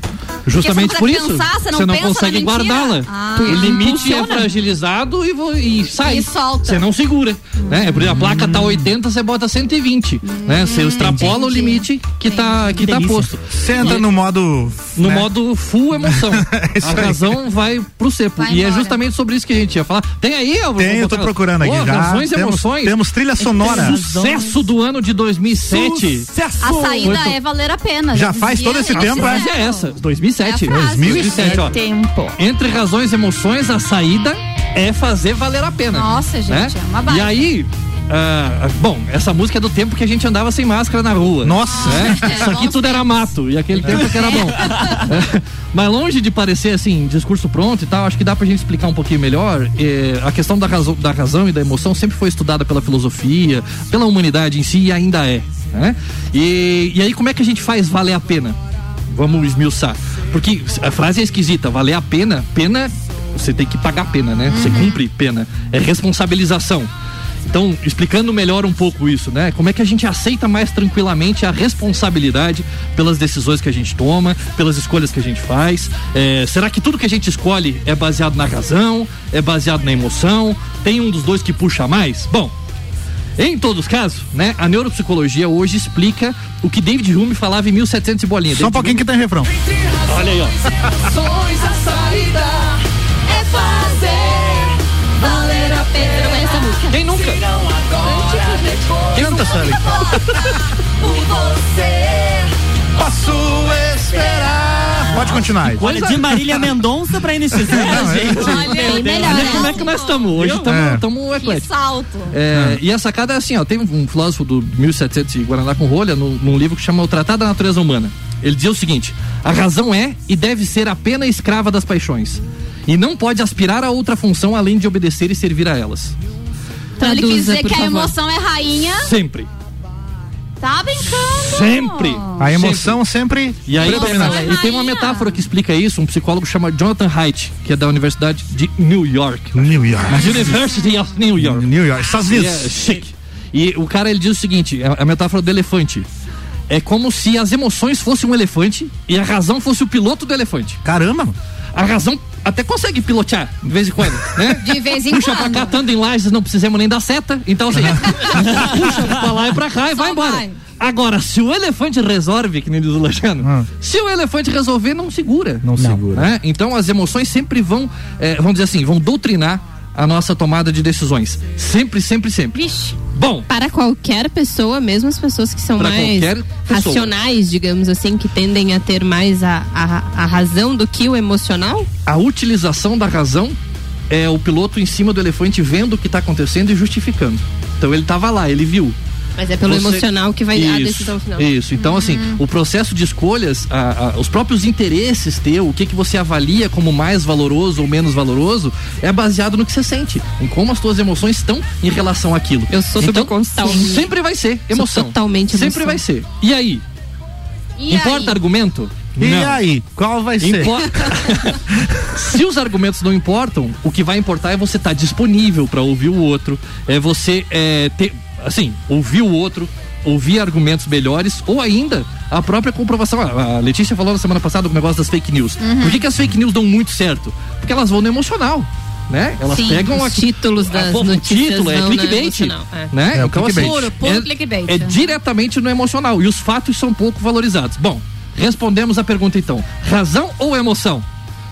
S2: Justamente por
S5: Porque
S2: isso.
S5: você não precisa pensar, você não
S2: você não
S5: pensa na
S2: consegue
S5: mentira.
S2: guardá-la.
S5: Ah.
S2: o limite é
S5: Impulsiona.
S2: fragilizado e, vo- e sai.
S5: E solta.
S2: Você não segura. Né? É por exemplo, a placa
S1: Hum.
S2: tá 80, você bota 120. Né? Você extrapola o
S5: entendi.
S2: limite que
S1: Ah,
S2: tá, que
S9: Que
S2: tá
S9: delícia.
S2: posto.
S1: Você entra no modo.
S2: No
S1: né? <laughs> É
S2: modo full emoção.
S1: isso
S2: a
S1: aí.
S2: razão vai pro sepo.
S5: Vai
S2: e é
S5: embora.
S2: justamente sobre isso que a gente ia falar. Tem aí? Eu, vou
S1: Tem, eu tô
S2: botar-
S1: procurando aqui
S2: Pô,
S1: já.
S2: Razões e
S1: temos,
S2: emoções.
S1: temos trilha sonora.
S2: Sucesso do ano de 2007.
S5: A saída
S2: Muito-
S5: é valer a pena.
S1: Já faz
S5: dizia
S1: todo esse
S5: Leonardo
S1: tempo,
S2: A
S1: é?
S2: frase é essa, 2007.
S5: É a frase.
S2: 2007, ó.
S7: Tempo.
S2: Entre razões e emoções, a saída é fazer valer a pena.
S5: Nossa, gente,
S2: né?
S5: é uma baita.
S2: E aí, ah, bom, essa música é do tempo que a gente andava sem máscara na rua.
S1: Nossa.
S2: né?
S5: <laughs> É,
S2: Isso aqui
S5: bons
S2: tudo era mato, e aquele tempo que era bom. É.
S5: <laughs>
S2: Mas longe de parecer assim, discurso pronto e tal, acho que dá pra gente explicar um pouquinho melhor. É, a questão da razão, da razão e da emoção sempre foi estudada pela filosofia, pela humanidade em si e ainda é. né? E, e aí, como é que a gente faz valer a pena? Vamos esmiuçar. Porque a frase é esquisita, valer a pena, pena, você tem que pagar a pena, né? Você cumpre pena. É responsabilização. Então, explicando melhor um pouco isso, né? Como é que a gente aceita mais tranquilamente a responsabilidade pelas decisões que a gente toma, pelas escolhas que a gente faz? É, será que tudo que a gente escolhe é baseado na razão? É baseado na emoção? Tem um dos dois que puxa mais? Bom, em todos os casos, né? A neuropsicologia hoje explica o que David Hume falava em 1700 e bolinha.
S1: Só um
S2: David
S1: pouquinho que tem refrão.
S2: Olha aí, ó.
S3: É
S2: Quem nunca?
S3: né,
S2: Quem nunca sabe?
S1: Posso esperar. Pode continuar.
S9: Olha, de Marília Mendonça pra NX0, gente.
S5: Olha, bem melhor.
S2: Olha
S5: né?
S2: como é que nós estamos hoje.
S1: É.
S2: Estamos
S5: Que
S2: ecléticos.
S5: salto.
S2: É, E a sacada é assim, ó, tem um filósofo do 1700 e Guaraná com rolha num, num livro que chama O Tratado da Natureza Humana. Ele dizia o seguinte: a razão é e deve ser apenas escrava das paixões e não pode aspirar a outra função além de obedecer e servir a elas.
S5: Então ele quis
S6: Traduza,
S5: dizer
S6: por
S5: que a
S6: favor.
S5: emoção é rainha.
S2: Sempre,
S5: Tá brincando.
S2: sempre.
S1: A emoção sempre.
S2: E aí,
S5: Predominante.
S2: e tem uma
S5: Rainha.
S2: metáfora que explica isso, um psicólogo chama Jonathan Haidt, que é da Universidade de New York.
S1: New York.
S2: University of New York.
S1: New York. Estados
S2: E
S1: Unidos.
S2: é chique. E o cara ele diz o seguinte: é, a, a metáfora do elefante. É como se as emoções fossem um elefante e a razão fosse o piloto do elefante.
S1: Caramba. mano.
S2: A razão até consegue pilotear de vez em quando, né?
S5: <laughs> De vez em
S2: Puxa pra
S5: quando.
S2: cá, tanto em lajes, não precisamos nem dar seta. Então, assim,
S1: <laughs>
S2: puxa pra lá e pra cá e
S5: Só
S2: vai embora.
S5: vai.
S2: Agora, se o elefante resolve, que nem diz o Lajano,
S1: Ah.
S2: se o elefante resolver, não segura.
S1: Não, segura.
S2: Né? Então as emoções sempre vão, eh, vamos dizer assim, vão doutrinar a nossa tomada de decisões. Sempre, sempre, sempre.
S5: Vixe.
S2: Bom,
S6: Para qualquer pessoa, mesmo as pessoas que são
S2: Pra
S6: mais
S2: qualquer pessoa.
S6: racionais, digamos assim, que tendem a ter mais a, a, a razão do que o emocional,
S2: a utilização da razão é o piloto em cima do elefante vendo o que está acontecendo e justificando. Então ele estava lá, ele viu.
S6: mas é pelo
S2: Você-
S6: emocional que vai dar a decisão final. Uhum.
S2: Isso. Então, assim, o processo de escolhas, a- a- os próprios interesses teu, o que, que você avalia como mais valoroso ou menos valoroso, é baseado no que você sente, em como as tuas emoções estão em relação àquilo.
S6: Eu sou
S2: então,
S6: subconsciente.
S2: Sempre vai ser
S6: Sou
S2: emoção.
S6: totalmente
S2: Sempre
S6: emoção.
S2: vai ser. E aí?
S5: E
S2: Importa
S5: aí?
S2: argumento?
S1: E aí, qual vai ser?
S2: Importa. Se os argumentos não importam, o que vai importar é você estar disponível para ouvir o outro, é você é, ter, assim, ouvir o outro, ouvir argumentos melhores ou ainda a própria comprovação. Ah, A a Letícia falou na semana passada o negócio das fake news.
S6: Uhum.
S2: Por que, que as fake news dão muito certo? Porque elas vão no emocional. Né? Elas
S6: Sim,
S2: pegam
S6: os
S2: aqui-
S6: títulos
S2: Ah,
S6: das
S2: bom, o
S6: notícias
S2: título é
S6: vão no
S2: clickbait,
S6: emocional, é.
S2: né?
S1: É, o
S2: então,
S1: clickbait.
S2: assim,
S5: Puro, puro clickbait.
S2: é diretamente no emocional e os fatos são pouco valorizados. Bom, respondemos a pergunta então: razão ou emoção?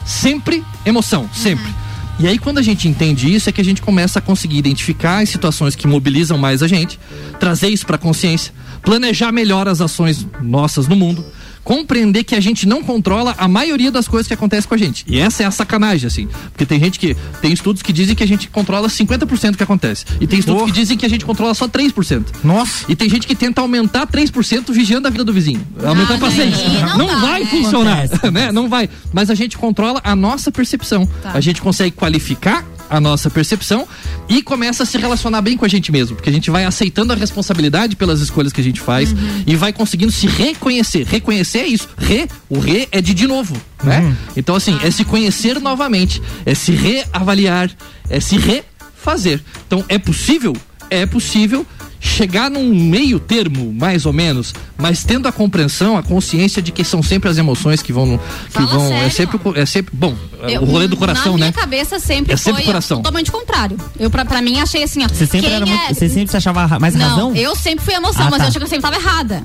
S2: Sempre emoção,
S5: Uhum.
S2: sempre. E aí, quando a gente entende isso, é que a gente começa a conseguir identificar as situações que mobilizam mais a gente, trazer isso para consciência, planejar melhor as ações nossas no mundo, compreender que a gente não controla a maioria das coisas que acontecem com a gente. E essa é a sacanagem, assim. Porque tem gente que. Tem estudos que dizem que a gente controla 50% do que acontece. E tem estudos
S1: Oh.
S2: que dizem que a gente controla só 3%.
S1: Nossa.
S2: E tem gente que tenta aumentar 3% vigiando a vida do vizinho. Aumentar pra
S5: daí
S2: 6.
S5: Ah, não
S2: Não,
S5: dá,
S2: vai
S5: né?
S2: funcionar,
S9: Acontece.
S2: né? Não vai. Mas a gente controla a nossa percepção.
S5: Tá.
S2: A gente consegue qualificar a nossa percepção e começa a se relacionar bem com a gente mesmo, porque a gente vai aceitando a responsabilidade pelas escolhas que a gente faz e vai conseguindo se reconhecer. Reconhecer é isso. Re, o re é de de novo, né? Então assim, é se conhecer novamente, é se reavaliar, é se refazer. Então é possível? É possível chegar num meio termo, mais ou menos, mas tendo a compreensão, a consciência de que são sempre as emoções que vão. Que
S5: Fala
S2: vão é,
S5: sério,
S2: sempre, o co- é sempre. Bom, é
S5: Eu-
S2: o rolê do coração,
S5: na
S2: né?
S5: minha cabeça sempre
S2: É sempre
S5: foi
S2: coração.
S5: totalmente contrário. Eu, pra, pra mim, achei assim, ó.
S9: Você sempre,
S5: quem
S9: era
S5: é-
S9: muito- você sempre se achava ra-
S1: é
S9: mais
S5: Não,
S9: razão?
S5: eu sempre fui emoção,
S9: Ah,
S5: mas
S9: tá.
S5: eu achei que eu sempre tava errada.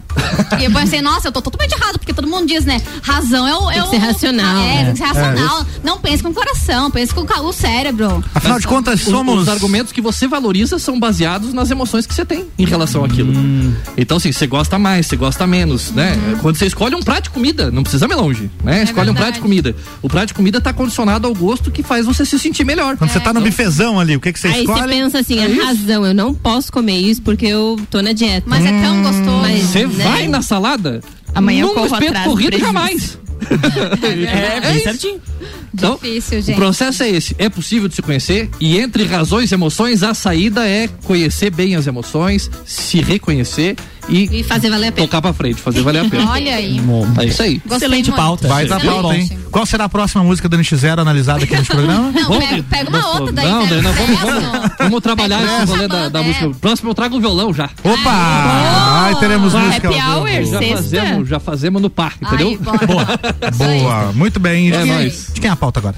S5: e eu pensei, nossa, eu tô totalmente errada, porque todo mundo diz, né? Razão é o. é
S6: Tem que
S5: o-
S6: ser racional,
S5: É, tem que ser
S1: né?
S5: racional. Não pense com o coração, pense com o ca- o cérebro.
S1: Afinal de contas,
S2: Os-
S1: somos.
S2: Os, argumentos que você valoriza são baseados nas emoções que você tem em relação àquilo.
S1: Hum.
S2: Então, assim, você gosta mais, você gosta menos, né?
S5: Uhum.
S2: Quando você escolhe um prato de comida, não precisa ir longe, né? escolhe um
S5: É verdade.
S2: prato de comida. O prato de comida tá condicionado ao gosto que faz você se sentir melhor.
S1: Quando você
S5: É.
S1: tá no bifezão ali, o que, que você
S6: Aí você
S1: escolhe?
S6: pensa
S2: É
S6: assim, a razão, eu não posso comer isso porque eu tô na dieta. Hum, né?
S5: Mas né? é tão gostoso.
S2: Você vai na salada?
S7: Amanhã eu
S2: num
S7: corro
S2: espeto
S7: atrás do
S2: corrido
S7: prejuízo.
S2: jamais.
S9: É, bem certinho.
S6: É
S2: Então,
S5: Difícil,
S2: O
S5: gente.
S2: processo é esse. É possível de se conhecer e entre razões e emoções, a saída é conhecer bem as emoções, se reconhecer e,
S6: E fazer valer a pena.
S2: tocar pra frente, fazer valer a pena.
S5: <laughs> Olha aí.
S2: É isso aí.
S5: Gostei
S9: Excelente
S5: muito.
S9: pauta.
S1: Vai dar
S5: Excelente.
S1: pauta, hein? Qual será a próxima música do NX0 analisada aqui nesse
S5: <laughs> Não,
S1: programa?
S2: Vamos,
S5: pega, pega uma
S2: gostou.
S5: outra daí.
S2: Não,
S5: pega
S2: não,
S5: um
S2: vamos,
S5: verso.
S2: vamos, vamos trabalhar
S5: Pega
S2: esse
S5: uma
S2: rolê da,
S5: banda,
S2: da
S5: é.
S2: música. Próximo eu trago o violão já.
S1: Opa! Aí teremos música.
S7: Happy
S1: ao vivo.
S7: hour,
S2: Já
S7: sexta.
S2: fazemos, já fazemos no par, entendeu?
S5: Aí, bora.
S2: <laughs>
S1: Boa, muito bem. E de
S2: É
S1: quem-
S2: nóis.
S1: De quem é a pauta agora?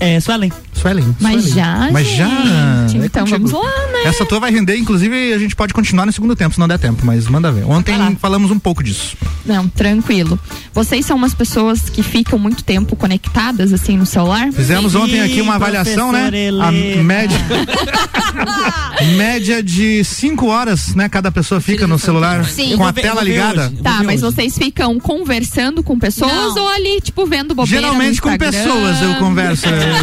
S9: É, Suelen.
S1: Suelen.
S7: Mas
S1: Suelen.
S7: já,
S1: Mas já.
S7: gente.
S1: É
S7: Então
S1: contigo.
S7: vamos lá, né?
S1: Essa tua vai render, inclusive a gente pode continuar no segundo tempo, se não der tempo, mas manda ver. Ontem
S7: Vai lá.
S1: falamos um pouco disso.
S7: Não, tranquilo. Vocês são umas pessoas que ficam muito tempo conectadas assim no celular?
S1: Fizemos
S9: Sim,
S1: ontem aqui uma avaliação, né?
S9: professora
S1: A
S9: Helena.
S7: <laughs>
S1: média. média de 5 horas, né? Cada pessoa fica no celular
S5: Sim.
S1: com a
S9: Eu vou ver- eu
S1: tela
S9: vou ver
S1: ligada.
S9: hoje. Eu vou
S7: Tá,
S9: ver
S7: mas
S9: hoje.
S7: vocês ficam conversando com pessoas
S5: Não.
S7: ou ali, tipo, vendo bobeira
S1: Geralmente
S7: no
S1: com
S7: Instagram?
S1: pessoas eu converso. é.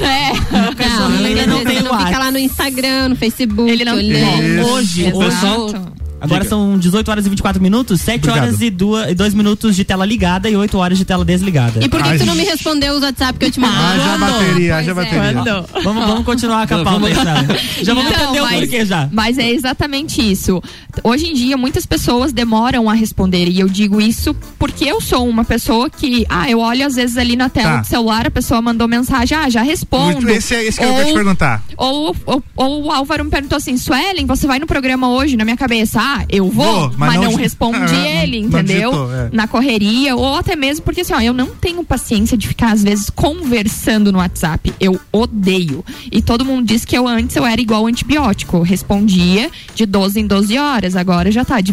S6: <laughs>
S7: né?
S6: É. Não,
S9: Ele
S6: ele
S9: não
S6: não,
S9: tem
S6: ele não
S9: WhatsApp.
S6: fica lá no Instagram, no Facebook.
S7: Ele não
S6: olhando.
S1: tem. Isso.
S9: Hoje,
S7: Exato.
S9: hoje. Agora
S2: Diga.
S9: são 18 horas e 24 minutos, 7
S1: Obrigado.
S9: horas e 2, minutos de tela ligada e 8 horas de tela desligada.
S6: E por que,
S1: Ai,
S6: que tu não me
S1: gente.
S6: respondeu os WhatsApp que eu te mandei?
S2: Ah,
S1: Haja bateria, haja
S5: Pois é.
S1: bateria.
S9: Vamos, vamos continuar com a
S2: Vamos-
S9: pauta aí, Suelen. Já vamos
S7: Então,
S9: entender o
S7: mas-
S9: porquê já.
S7: Mas é exatamente isso. Hoje em dia, muitas pessoas demoram a responder. E eu digo isso porque eu sou uma pessoa que, ah, eu olho às vezes ali na tela
S1: Tá.
S7: do celular, a pessoa mandou mensagem, ah, já respondo.
S1: Esse é esse que eu
S7: Ou-
S1: ia te perguntar.
S7: Ou, ou, ou o Álvaro me perguntou assim, Suelen, você vai no programa hoje? Na minha cabeça, ah, eu vou,
S1: Vou,
S7: mas,
S1: mas não
S7: não,
S1: di- <laughs>
S7: respondi
S1: é,
S7: ele,
S1: não
S7: entendeu?
S1: digitou, é.
S7: Na correria, ou até mesmo porque assim, ó, eu não tenho paciência de ficar, às vezes, conversando no WhatsApp. Eu odeio. E todo mundo diz que eu antes eu era igual antibiótico. Eu respondia de 12 em 12 horas, agora já tá de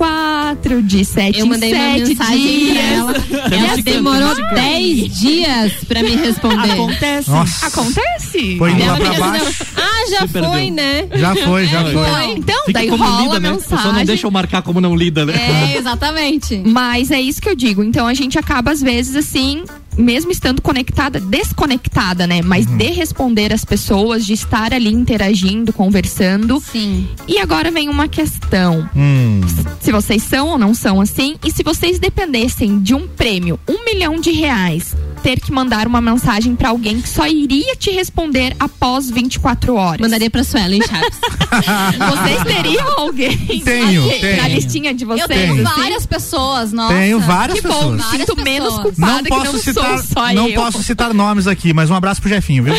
S7: 24, de 7
S6: Eu
S7: em
S6: mandei uma
S7: 7
S6: mensagem
S7: É dias.
S6: pra ela. Ela demorou 10 dias pra me responder.
S9: Acontece.
S1: Nossa.
S7: Acontece.
S1: Foi indo
S6: Ela
S1: lá pra
S6: me respondeu,
S1: baixo.
S6: Ah, já
S2: perdeu.
S6: foi, né?
S1: Já foi, já
S5: É,
S1: foi.
S5: então.
S7: Então,
S2: Fica
S7: daí
S2: como
S7: rola
S2: lida,
S7: a
S2: né?
S7: mensagem.
S2: Só não deixa eu marcar como não lida, né? <laughs>
S5: É, exatamente.
S7: <laughs> Mas é isso que eu digo. Então a gente acaba, às vezes, assim, mesmo estando conectada, desconectada, né? Mas de responder as pessoas, de estar ali interagindo, conversando.
S5: Sim.
S7: E agora vem uma questão:
S1: Hum.
S7: se vocês são ou não são assim, e se vocês dependessem de um prêmio, um milhão de reais, ter que mandar uma mensagem pra alguém que só iria te responder após 24 horas.
S6: Mandaria pra Suelen Chaves.
S7: <laughs>
S3: <laughs>
S7: Vocês teriam alguém
S1: <laughs> Tenho,
S7: aqui na
S1: tenho.
S7: listinha de vocês?
S5: Eu tenho
S1: Tenho.
S7: assim?
S5: várias pessoas, nossa.
S1: Tenho várias
S7: Que bom,
S1: pessoas.
S7: me sinto
S5: Várias
S7: menos
S5: pessoas.
S7: culpada que não
S1: citar,
S7: sou só
S1: não
S7: eu.
S1: posso citar nomes aqui, mas um abraço pro Jefinho, viu?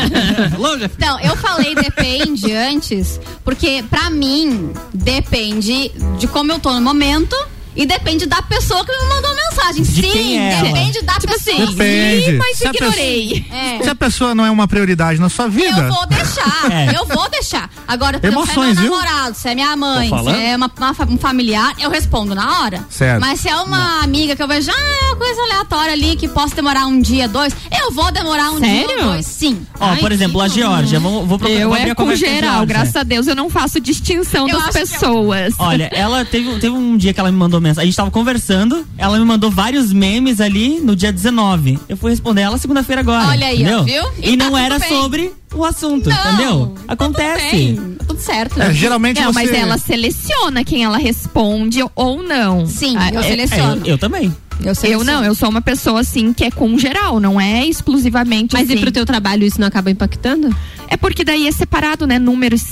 S1: <laughs>
S2: Longe,
S5: Então, eu falei depende antes, porque pra mim depende de como eu tô no momento e depende da pessoa que me mandou mensagem.
S9: De
S5: Sim,
S9: quem é ela.
S5: depende da pessoa.
S1: Depende.
S7: Ih, Tipo assim, mas
S1: Se a pessoa-
S7: ignorei.
S5: É.
S1: Se a pessoa não é uma prioridade na sua vida,
S5: Eu vou
S1: <laughs>
S5: deixar,
S9: É.
S5: eu vou deixar. Agora, por exemplo, se
S1: Emoções,
S5: é meu
S1: viu?
S5: namorado, se é minha mãe,
S2: Tô falando.
S5: se é uma, uma fa- um familiar, eu respondo na hora.
S1: Certo.
S5: Mas se é uma amiga que eu vejo, ah, é uma coisa aleatória ali, que posso demorar um dia, dois, eu vou demorar um dia
S6: Sério?
S5: ou dois, sim.
S9: Ó, por exemplo, a Georgia. Vamos, vou procurar-
S7: Eu
S9: vou abrir
S7: é
S9: a
S7: com
S9: conversa a
S7: geral,
S9: Georgia.
S7: graças a Deus eu não faço distinção
S5: Eu
S7: das
S5: acho que é um- eu-
S7: pessoas. <laughs>
S9: Olha, ela teve, um- teve um dia que ela me mandou mensagem. A gente tava conversando, ela me mandou vários memes ali no dia 19. Eu fui responder ela segunda-feira agora.
S5: Olha aí, ó,
S9: entendeu?
S5: viu?
S9: E,
S5: E tá
S9: não
S5: tudo
S9: era
S5: bem.
S9: sobre o assunto,
S5: Não,
S9: entendeu?
S5: tá
S9: Acontece.
S5: Tudo, bem, tá tudo certo.
S1: é, geralmente
S7: não,
S1: você...
S7: mas ela seleciona quem ela responde ou não.
S5: Sim,
S7: Ah,
S5: eu
S7: é-
S9: É, eu,
S5: seleciono.
S9: eu também.
S7: eu
S5: seleciono.
S7: não, eu sou uma pessoa assim que é com geral, não é exclusivamente
S6: Mas
S7: assim.
S6: e pro teu trabalho isso não acaba impactando?
S7: É porque daí é separado, né? Números.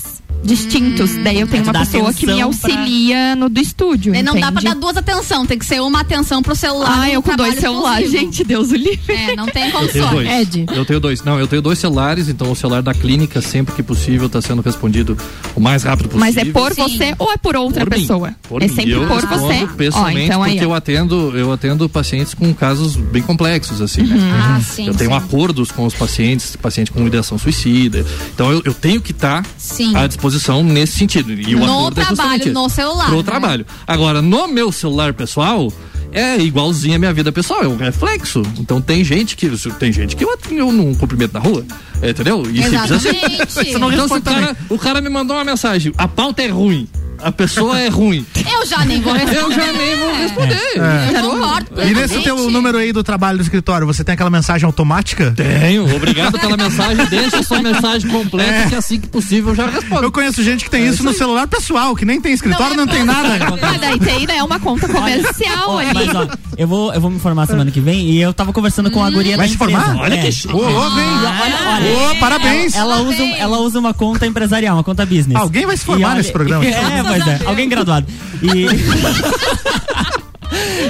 S7: distintos.
S5: Hum.
S7: Daí eu tenho
S9: Mas
S7: uma
S9: dá
S7: pessoa que me
S9: atenção
S7: auxilia no do estúdio.
S5: Não dá pra
S7: entende?
S5: dar duas atenção, tem que ser uma atenção pro celular.
S7: Ah,
S5: e um
S7: eu com dois
S5: trabalho
S7: celulares,
S5: exclusivo.
S7: gente, Deus o livre.
S5: É, não tem
S2: Eu tenho
S5: condições.
S2: dois.
S6: Ed.
S2: Eu tenho dois. Não, eu tenho dois celulares, então o celular da clínica, sempre que possível, está sendo respondido o mais rápido possível.
S7: Mas é por
S5: Sim.
S7: você ou é por outra
S2: Por mim.
S7: pessoa?
S2: Por
S7: é
S2: mim.
S7: sempre
S2: eu
S7: por
S2: respondo
S7: você. Ó,
S2: Pessoalmente,
S7: então aí.
S2: porque eu
S7: ó.
S2: atendo, eu atendo pacientes com casos bem complexos, assim,
S7: Uhum.
S2: né?
S5: Ah, sim.
S2: eu tenho
S5: sim.
S2: acordos com os pacientes, paciente com ideação suicida. Então eu, eu tenho que estar
S5: Sim.
S2: à disposição nesse sentido. E o
S5: No
S2: acordo é
S5: trabalho,
S2: justamente esse.
S5: no celular,
S2: Pro
S5: né?
S2: trabalho. Agora, no meu celular pessoal. É igualzinho a minha vida pessoal, é um reflexo. Então tem gente que. Tem gente que eu, eu não cumprimento na rua. é, Entendeu? E se precisa ser-
S5: Exatamente.
S2: <laughs> então, se o cara, o cara me mandou uma mensagem, a pauta é ruim, a pessoa é ruim.
S5: Eu já nem vou responder. É.
S2: Eu já nem vou responder.
S5: Eu concordo.
S1: É. E nesse teu
S5: plenamente.
S1: número aí do trabalho do escritório, você tem aquela mensagem automática?
S2: Tenho, obrigado pela mensagem, deixa
S1: <laughs>
S2: a sua mensagem completa que assim que possível eu já respondo.
S1: É. Eu conheço gente que tem isso no celular pessoal, que nem tem escritório, não, tem nada.
S7: Ah, daí tem, né?
S2: <laughs>
S7: Uma conta comercial ali.
S9: Mas ó, eu vou, eu vou me formar semana que vem e eu tava conversando com a guria
S1: Vai
S9: da
S1: se
S9: empresa.
S1: formar?
S9: É.
S1: Ô, louco, hein?
S9: Olha, olha.
S1: Ô, parabéns.
S9: Ela usa, um, ela usa uma conta empresarial, uma conta business.
S1: Alguém vai se formar
S9: E olha-
S1: nesse programa.
S9: <laughs> É, pois é. Alguém graduado. E... <laughs>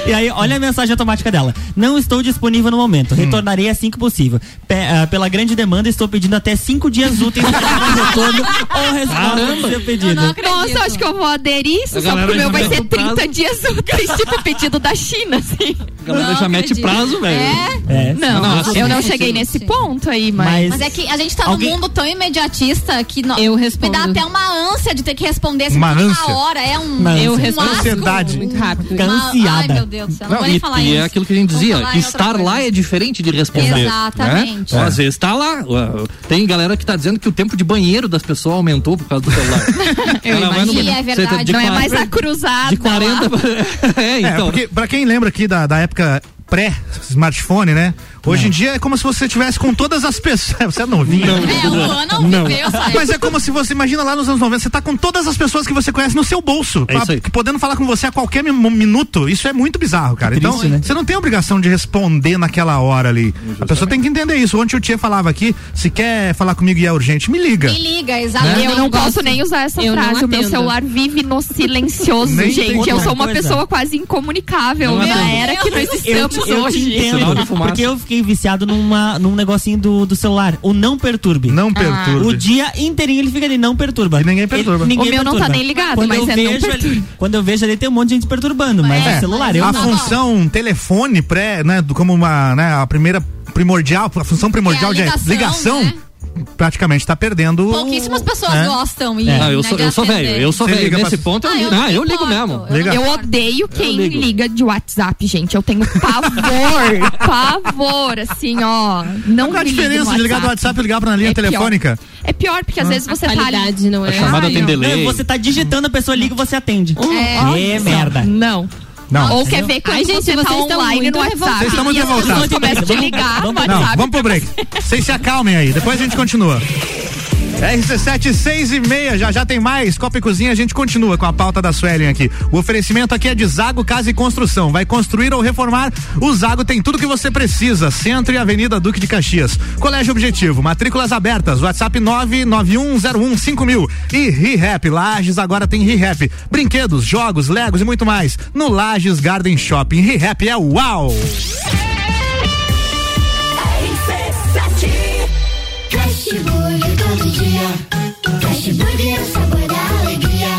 S9: E aí, olha a mensagem automática dela. Não estou disponível no
S1: Hum.
S9: momento. Retornarei assim que possível. Pe- ah, pela grande demanda, estou pedindo até cinco dias úteis para dar um retorno ou resposta do seu pedido.
S5: Não acredito.
S7: Nossa, acho que eu vou aderir isso,
S2: A
S7: só
S2: galera
S7: que o meu
S2: já
S7: vai
S2: mete
S7: ser
S2: o
S7: 30
S2: prazo.
S7: dias úteis, tipo pedido da China, assim.
S2: A galera
S5: Não
S2: já
S7: <laughs>
S2: mete
S5: acredito.
S2: prazo, velho.
S5: É.
S9: É.
S7: Não,
S2: Não, assim,
S7: eu não
S5: sim,
S7: cheguei
S5: sim.
S7: nesse
S5: Sim.
S7: ponto aí, mas...
S9: Mas-
S5: Mas é que a gente tá
S9: Alguém-
S5: num mundo tão imediatista que no-
S6: Eu
S5: me
S6: respondo.
S5: dá até uma ânsia de ter que responder assim,
S1: Uma
S5: tudo
S1: ânsia?
S5: na hora. É um,
S9: Uma ânsia.
S5: um
S6: Eu
S5: asco.
S6: respondo.
S1: Ansiedade.
S6: Muito rápido.
S5: Uma- Ai,
S9: Ansiada.
S5: meu Deus do céu. Não,
S2: Não,
S5: vou
S2: e,
S5: nem falar
S2: e
S5: isso.
S2: é aquilo que a gente
S5: Vou
S2: dizia,
S5: falar em outra
S2: estar
S5: coisa.
S2: lá é diferente de responder.
S5: Exatamente.
S2: né? Então, Às vezes tá lá. Ué, Tem galera que tá dizendo que o tempo de banheiro das pessoas aumentou por causa do celular.
S7: <laughs>
S5: Eu
S2: Ela vai no-
S5: imagino,
S2: você tá
S5: é verdade.
S2: de
S7: não é
S2: quarenta-
S7: mais a
S5: Tá,
S7: cruzada.
S2: De 40 É,
S1: É,
S2: então.
S1: porque pra quem lembra aqui da, da época pré-smartphone, né? Hoje em dia é como se você tivesse com todas as pessoas. <laughs> Você é novinho. né?
S5: É, o Luan não, não. viveu essa época.
S1: Mas é como se você, imagina lá nos anos 90, você tá com todas as pessoas que você conhece no seu bolso,
S2: É isso aí.
S1: podendo falar com você a qualquer mi- minuto. Isso é muito bizarro, cara. então,
S9: triste, né?
S1: você não tem obrigação de responder naquela hora ali. A pessoa tem que entender isso. Ontem o Tia falava aqui, se quer falar comigo e é urgente, me liga.
S5: Me liga, exatamente.
S7: Eu não posso nem usar essa
S6: Eu não
S7: frase. O meu
S6: atendo.
S7: celular vive no silencioso,
S1: Nem tem
S7: gente. Eu
S1: outra
S7: sou uma
S9: coisa.
S7: pessoa quase incomunicável.
S2: Não
S7: Na
S2: atendo.
S7: era que nós
S5: Eu te-
S9: Eu
S7: estamos
S9: te, eu te
S7: hoje.
S2: Sinal de
S9: entendo,
S2: fumaça.
S9: porque eu fiquei viciado numa, num negocinho do, do celular. O não perturbe.
S1: Não perturbe.
S9: O dia inteirinho ele fica ali, não perturba.
S1: E ninguém perturba.
S7: O meu não tá nem ligado, mas é não perturba.
S9: ali, Quando eu vejo ali, tem um monte de gente perturbando, mas
S5: É.
S9: o celular eu
S1: a
S5: não.
S1: função um telefone pré, né, do- como uma, né, a primeira primordial, a função primordial
S5: É a
S1: de
S5: ligação,
S1: ligação,
S5: né?
S1: praticamente tá perdendo.
S5: Pouquíssimas pessoas
S1: né?
S5: gostam. E,
S2: Ah, eu
S5: né,
S2: sou,
S5: de
S2: eu sou
S5: atender.
S2: velho, eu sou
S1: Você
S2: velho.
S1: liga pra-
S2: Nesse ponto eu
S5: Ah, eu
S2: ligo. Ah, eu
S5: não
S2: ligo
S5: importo.
S2: mesmo.
S5: Eu
S1: Liga.
S7: Eu odeio quem
S2: ligo.
S7: liga de WhatsApp, gente. Eu tenho pavor, pavor, assim, ó. Não
S1: Qual é a
S7: me ligue no
S1: diferença de ligar do WhatsApp e ligar pra linha
S7: É pior.
S1: telefônica?
S7: É pior, porque às vezes você
S6: A
S7: tá ali.
S6: qualidade não é.
S2: A chamada
S7: Ai,
S2: tem
S7: ó.
S2: delay.
S9: Não, você tá digitando, a pessoa liga e você atende.
S5: É.
S9: É, merda.
S7: Hum. Não.
S1: Não.
S7: Ou quer ver quando
S6: Ai,
S7: você
S6: gente,
S7: tá
S6: vocês estão
S7: online
S6: muito
S7: no WhatsApp.
S6: revoltados.
S9: Tá,
S1: Vocês estão muito
S7: e as pessoas
S1: revoltados.
S7: começam a te ligar no
S1: Não,
S7: WhatsApp.
S1: vamos pro break. Vocês se acalmem aí, depois a gente continua. RC7, 6 e meia, já já tem mais. Copa e Cozinha, a gente continua com a pauta da Suelen aqui. O oferecimento aqui é de Zago Casa e Construção. Vai construir ou reformar? O Zago tem tudo que você precisa. Centro e Avenida Duque de Caxias. Colégio Objetivo, matrículas abertas. WhatsApp 991015000. E ReHap, Lages agora tem ReHap. Brinquedos, jogos, legos e muito mais. No Lages Garden Shopping. ReHap é uau!
S3: Cashburger todo dia. Cashburger é o sabor da alegria.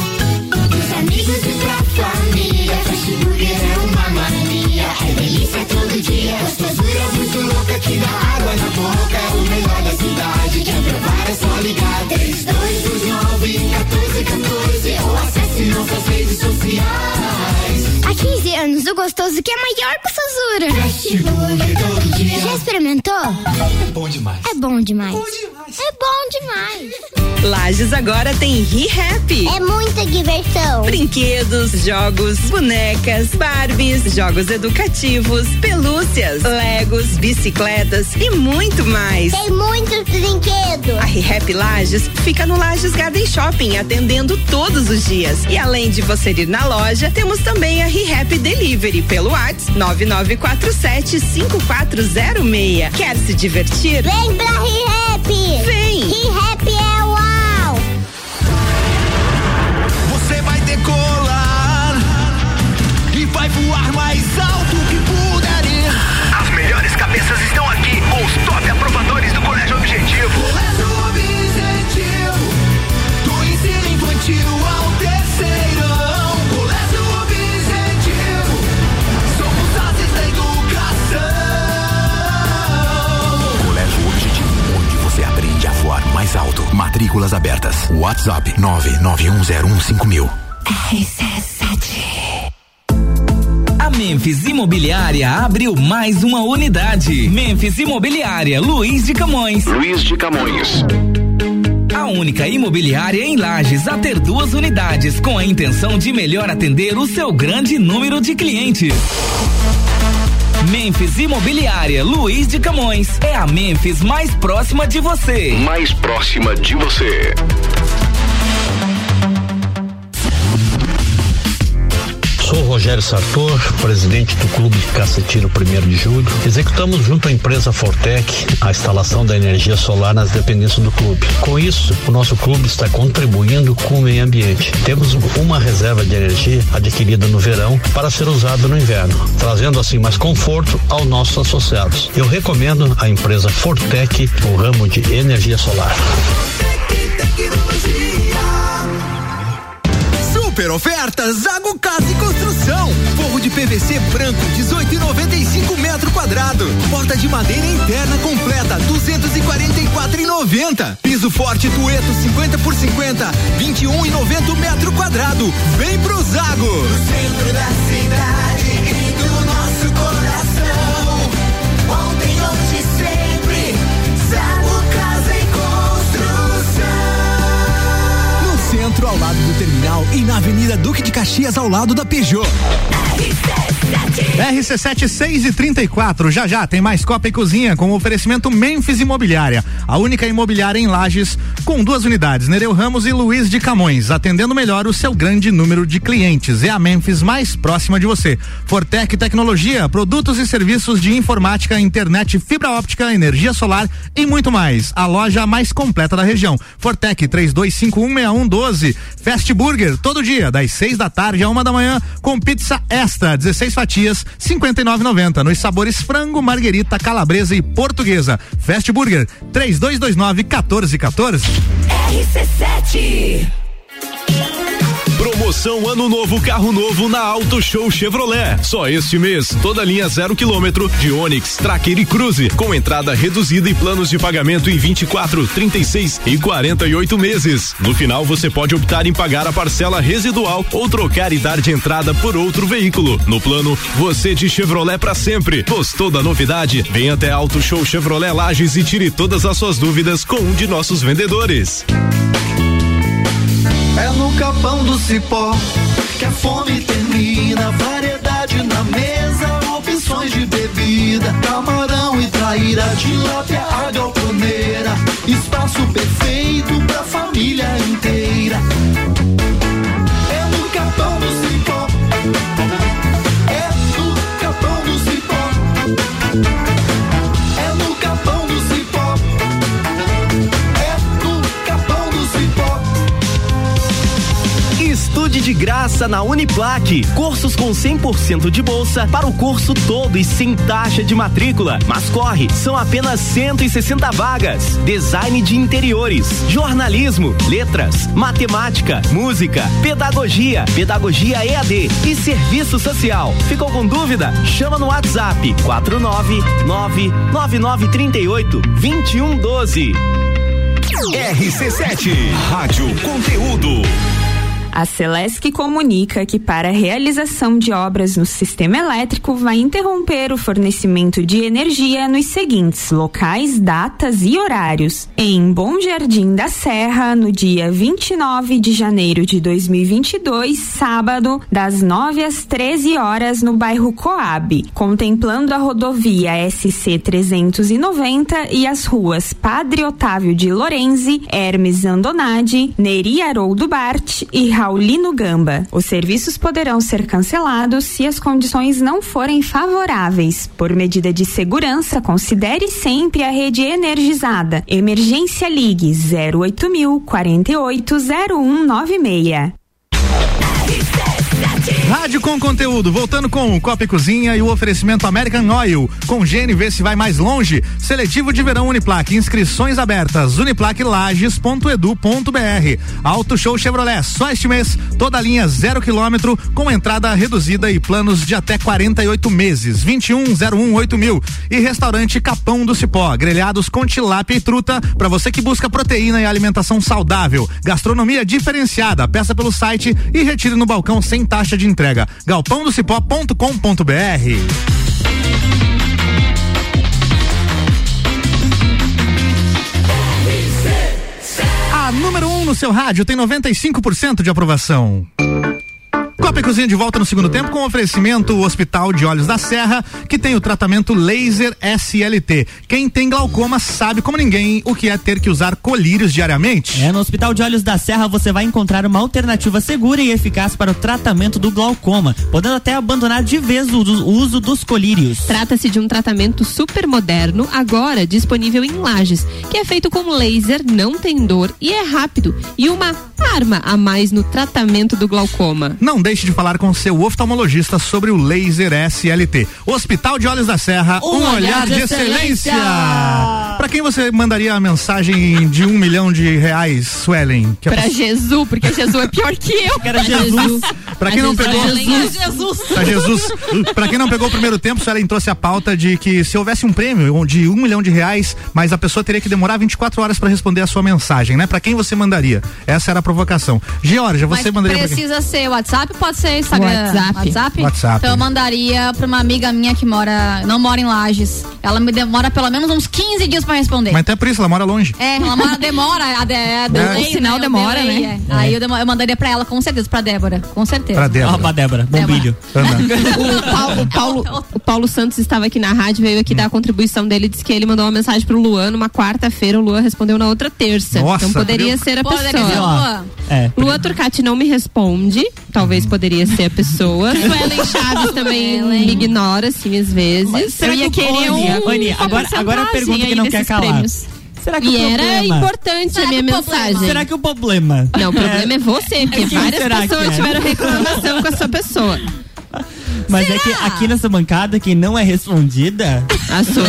S3: Dos amigos e pra família. Cashburger é uma mania. É delícia todo dia. Gostosura muito louca que dá água na boca. É o melhor da cidade. Quer provar é só ligar. um 3, 2, 9, 14, 14. Ou acesse nossas redes sociais.
S4: Há 15 anos, o gostoso que é maior que o Sazura.
S3: Cashburger todo dia.
S4: Já experimentou? É bom demais. É bom demais. É bom demais.
S10: Lages agora tem ReHap.
S4: É muita diversão.
S10: Brinquedos, jogos, bonecas, Barbies, jogos educativos, pelúcias, Legos, bicicletas e muito mais.
S4: Tem muitos brinquedos.
S10: A ReHap Lages fica no Lages Garden Shopping, atendendo todos os dias. E além de você ir na loja, temos também a ReHap Delivery pelo WhatsApp 99475406. Quer se divertir?
S4: Vem pra Re-Rap.
S10: Vem!
S4: Re-Rap é uau.
S11: matrículas abertas. WhatsApp 991015000.
S3: RC7.
S12: A Memphis Imobiliária abriu mais uma unidade. Memphis Imobiliária, Luiz de Camões. Luiz de Camões. A única imobiliária em Lages a ter duas unidades, com a intenção de melhor atender o seu grande número de clientes. Memphis Imobiliária Luiz de Camões é a Memphis mais próxima de você.
S11: Mais próxima de você.
S13: Sou Rogério Sartor, presidente do Clube Cacetiro 1 de Julho. Executamos junto à empresa Fortec a instalação da energia solar nas dependências do clube. Com isso, o nosso clube está contribuindo com o meio ambiente. Temos uma reserva de energia adquirida no verão para ser usada no inverno, trazendo assim mais conforto aos nossos associados. Eu recomendo a empresa Fortec no ramo de energia solar.
S14: Super ofertas Zago Casa e Construção. Forro de PVC branco 18,95 metro quadrado. Porta de madeira interna completa 244,90. Piso forte Tueto 50 por 50 21,90 metro quadrado. Vem pro Zago.
S3: Centro da cidade e do nosso coração. Ontem, hoje, sempre. Zago Casa e Construção.
S14: No centro ao lado do terminal e na Avenida Duque de Caxias ao lado da Peugeot.
S1: RC7 6 e 34 já já tem mais Copa e Cozinha com oferecimento Memphis Imobiliária, a única imobiliária em Lages com duas unidades, Nereu Ramos e Luiz de Camões, atendendo melhor o seu grande número de clientes. É a Memphis mais próxima de você. Fortec Tecnologia, produtos e serviços de informática, internet, fibra óptica, energia solar e muito mais. A loja mais completa da região. Fortec 32516112. Fast Burger, todo dia, das 6 da tarde a uma da manhã, com pizza extra, 16 fatias, 59,90. Nos sabores frango, marguerita, calabresa e portuguesa. Fast Burger, 3229-1414.
S3: RC7.
S15: Promoção Ano Novo Carro Novo na Auto Show Chevrolet. Só este mês, toda linha zero quilômetro de Onix, Tracker e Cruze, com entrada reduzida e planos de pagamento em 24, 36 e 48 meses. No final, você pode optar em pagar a parcela residual ou trocar e dar de entrada por outro veículo. No plano, você de Chevrolet para sempre. Gostou da novidade? Vem até Auto Show Chevrolet Lages e tire todas as suas dúvidas com um de nossos vendedores.
S3: É no capão do cipó que a fome termina. Variedade na mesa, opções de bebida, camarão e traíra, tilápia, a galponeira. Espaço perfeito pra família inteira. É no capão do cipó. É no capão do cipó. É no capão do cipó. É no capão do cipó.
S16: Estude de graça na Uniplaque. Cursos com 100% de bolsa para o curso todo e sem taxa de matrícula. Mas corre, são apenas 160 vagas. Design de interiores, jornalismo, letras, matemática, música, pedagogia, pedagogia EAD e serviço social. Ficou com dúvida? Chama no WhatsApp 499 9938 2112.
S15: RC7, Rádio Conteúdo.
S17: A Celesc comunica que para a realização de obras no sistema elétrico vai interromper o fornecimento de energia nos seguintes locais, datas e horários. Em Bom Jardim da Serra, no dia 29 de janeiro de 2022, sábado, das 9 às 13 horas no bairro Coab, contemplando a rodovia SC 390 e as ruas Padre Otávio de Lorenzi, Hermes Andonade, Neri Haroldo Bart e Raulino Gamba. Os serviços poderão ser cancelados se as condições não forem favoráveis. Por medida de segurança, considere sempre a rede energizada. Emergência Ligue um 08000 480196.
S1: Rádio com conteúdo, voltando com o Copa e Cozinha e o oferecimento American Oil. Congênio vê se vai mais longe. Seletivo de verão Uniplaque, inscrições abertas, uniplaquelages.edu.br. Auto Show Chevrolet, só este mês, toda linha zero quilômetro, com entrada reduzida e planos de até 48 meses, 21018000 mil. E restaurante Capão do Cipó, grelhados com tilápia e truta, para você que busca proteína e alimentação saudável. Gastronomia diferenciada, peça pelo site e retire no balcão sem taxa de entrega. galpãodocipó.com.br A número 1 um no seu rádio tem 95% de aprovação. Copa e Cozinha de volta no segundo tempo com oferecimento Hospital de Olhos da Serra, que tem o tratamento laser SLT. Quem tem glaucoma sabe como ninguém o que é ter que usar colírios diariamente.
S9: É, no Hospital de Olhos da Serra você vai encontrar uma alternativa segura e eficaz para o tratamento do glaucoma, podendo até abandonar de vez o do- o uso dos colírios.
S6: Trata-se de um tratamento super moderno, agora disponível em lajes, que é feito com laser, não tem dor e é rápido. E uma arma a mais no tratamento do glaucoma.
S1: Não deixe de falar com seu oftalmologista sobre o laser SLT. Hospital de Olhos da Serra, um, olhar, de excelência. Pra quem você mandaria a mensagem de um milhão de reais, Suelen? Que é
S7: Pra
S1: poss-
S7: Jesus, porque Jesus é pior que eu.
S9: Era
S6: <laughs>
S9: Jesus.
S1: Pra quem não pegou.
S7: Jesus.
S1: Pra Jesus. Pra quem não pegou o primeiro tempo, Suelen trouxe a pauta de que se houvesse um prêmio de um milhão de reais, mas a pessoa teria que demorar 24 horas pra responder a sua mensagem, né? Pra quem você mandaria? Essa era a provocação. Georgia, você
S5: Mas
S1: mandaria pra quem?
S5: precisa ser WhatsApp, pode ser Instagram,
S1: WhatsApp. WhatsApp.
S5: Então eu mandaria pra uma amiga minha que mora, não mora em Lages. Ela me demora pelo menos uns 15 dias pra responder.
S1: Mas Né? até por isso, ela mora longe.
S5: É, ela mora, demora, a de, a
S1: O
S5: sinal
S7: demora,
S1: né? É.
S5: Aí eu, demo- eu mandaria pra ela, com certeza, pra Débora, com certeza.
S1: Pra Débora.
S9: Ah, pra Débora. Bombilho.
S6: O Paulo, o Paulo- o Paulo Santos estava aqui na rádio, veio aqui dar a contribuição dele, disse que ele mandou uma mensagem pro Luan numa quarta-feira, o Luan respondeu na outra terça.
S9: Nossa,
S6: então poderia
S9: viu?
S6: ser a
S9: Poderia
S6: pessoa.
S9: ser o Luan. É.
S6: Lua Turcati não me responde, talvez poderia ser a
S9: <laughs>
S6: pessoa. Suelen Chaves também me ignora, assim, às vezes.
S7: eu ia querer um-
S9: Anny,
S7: uma
S9: agora, agora a
S6: assim,
S7: porcentagem
S9: pergunta que
S7: aí
S9: não quer
S7: desses
S9: calar.
S7: prêmios.
S9: Será que
S6: e
S9: o
S6: era
S9: problema-
S6: importante a minha mensagem.
S9: Será que <laughs> é o problema?
S6: Não, o problema é, você, porque
S9: quem
S6: várias
S9: será que
S6: pessoas
S9: é?
S6: tiveram reclamação com a sua pessoa.
S9: Mas é que aqui nessa bancada, quem não é respondida.
S6: A <laughs>
S9: <laughs>
S6: sua.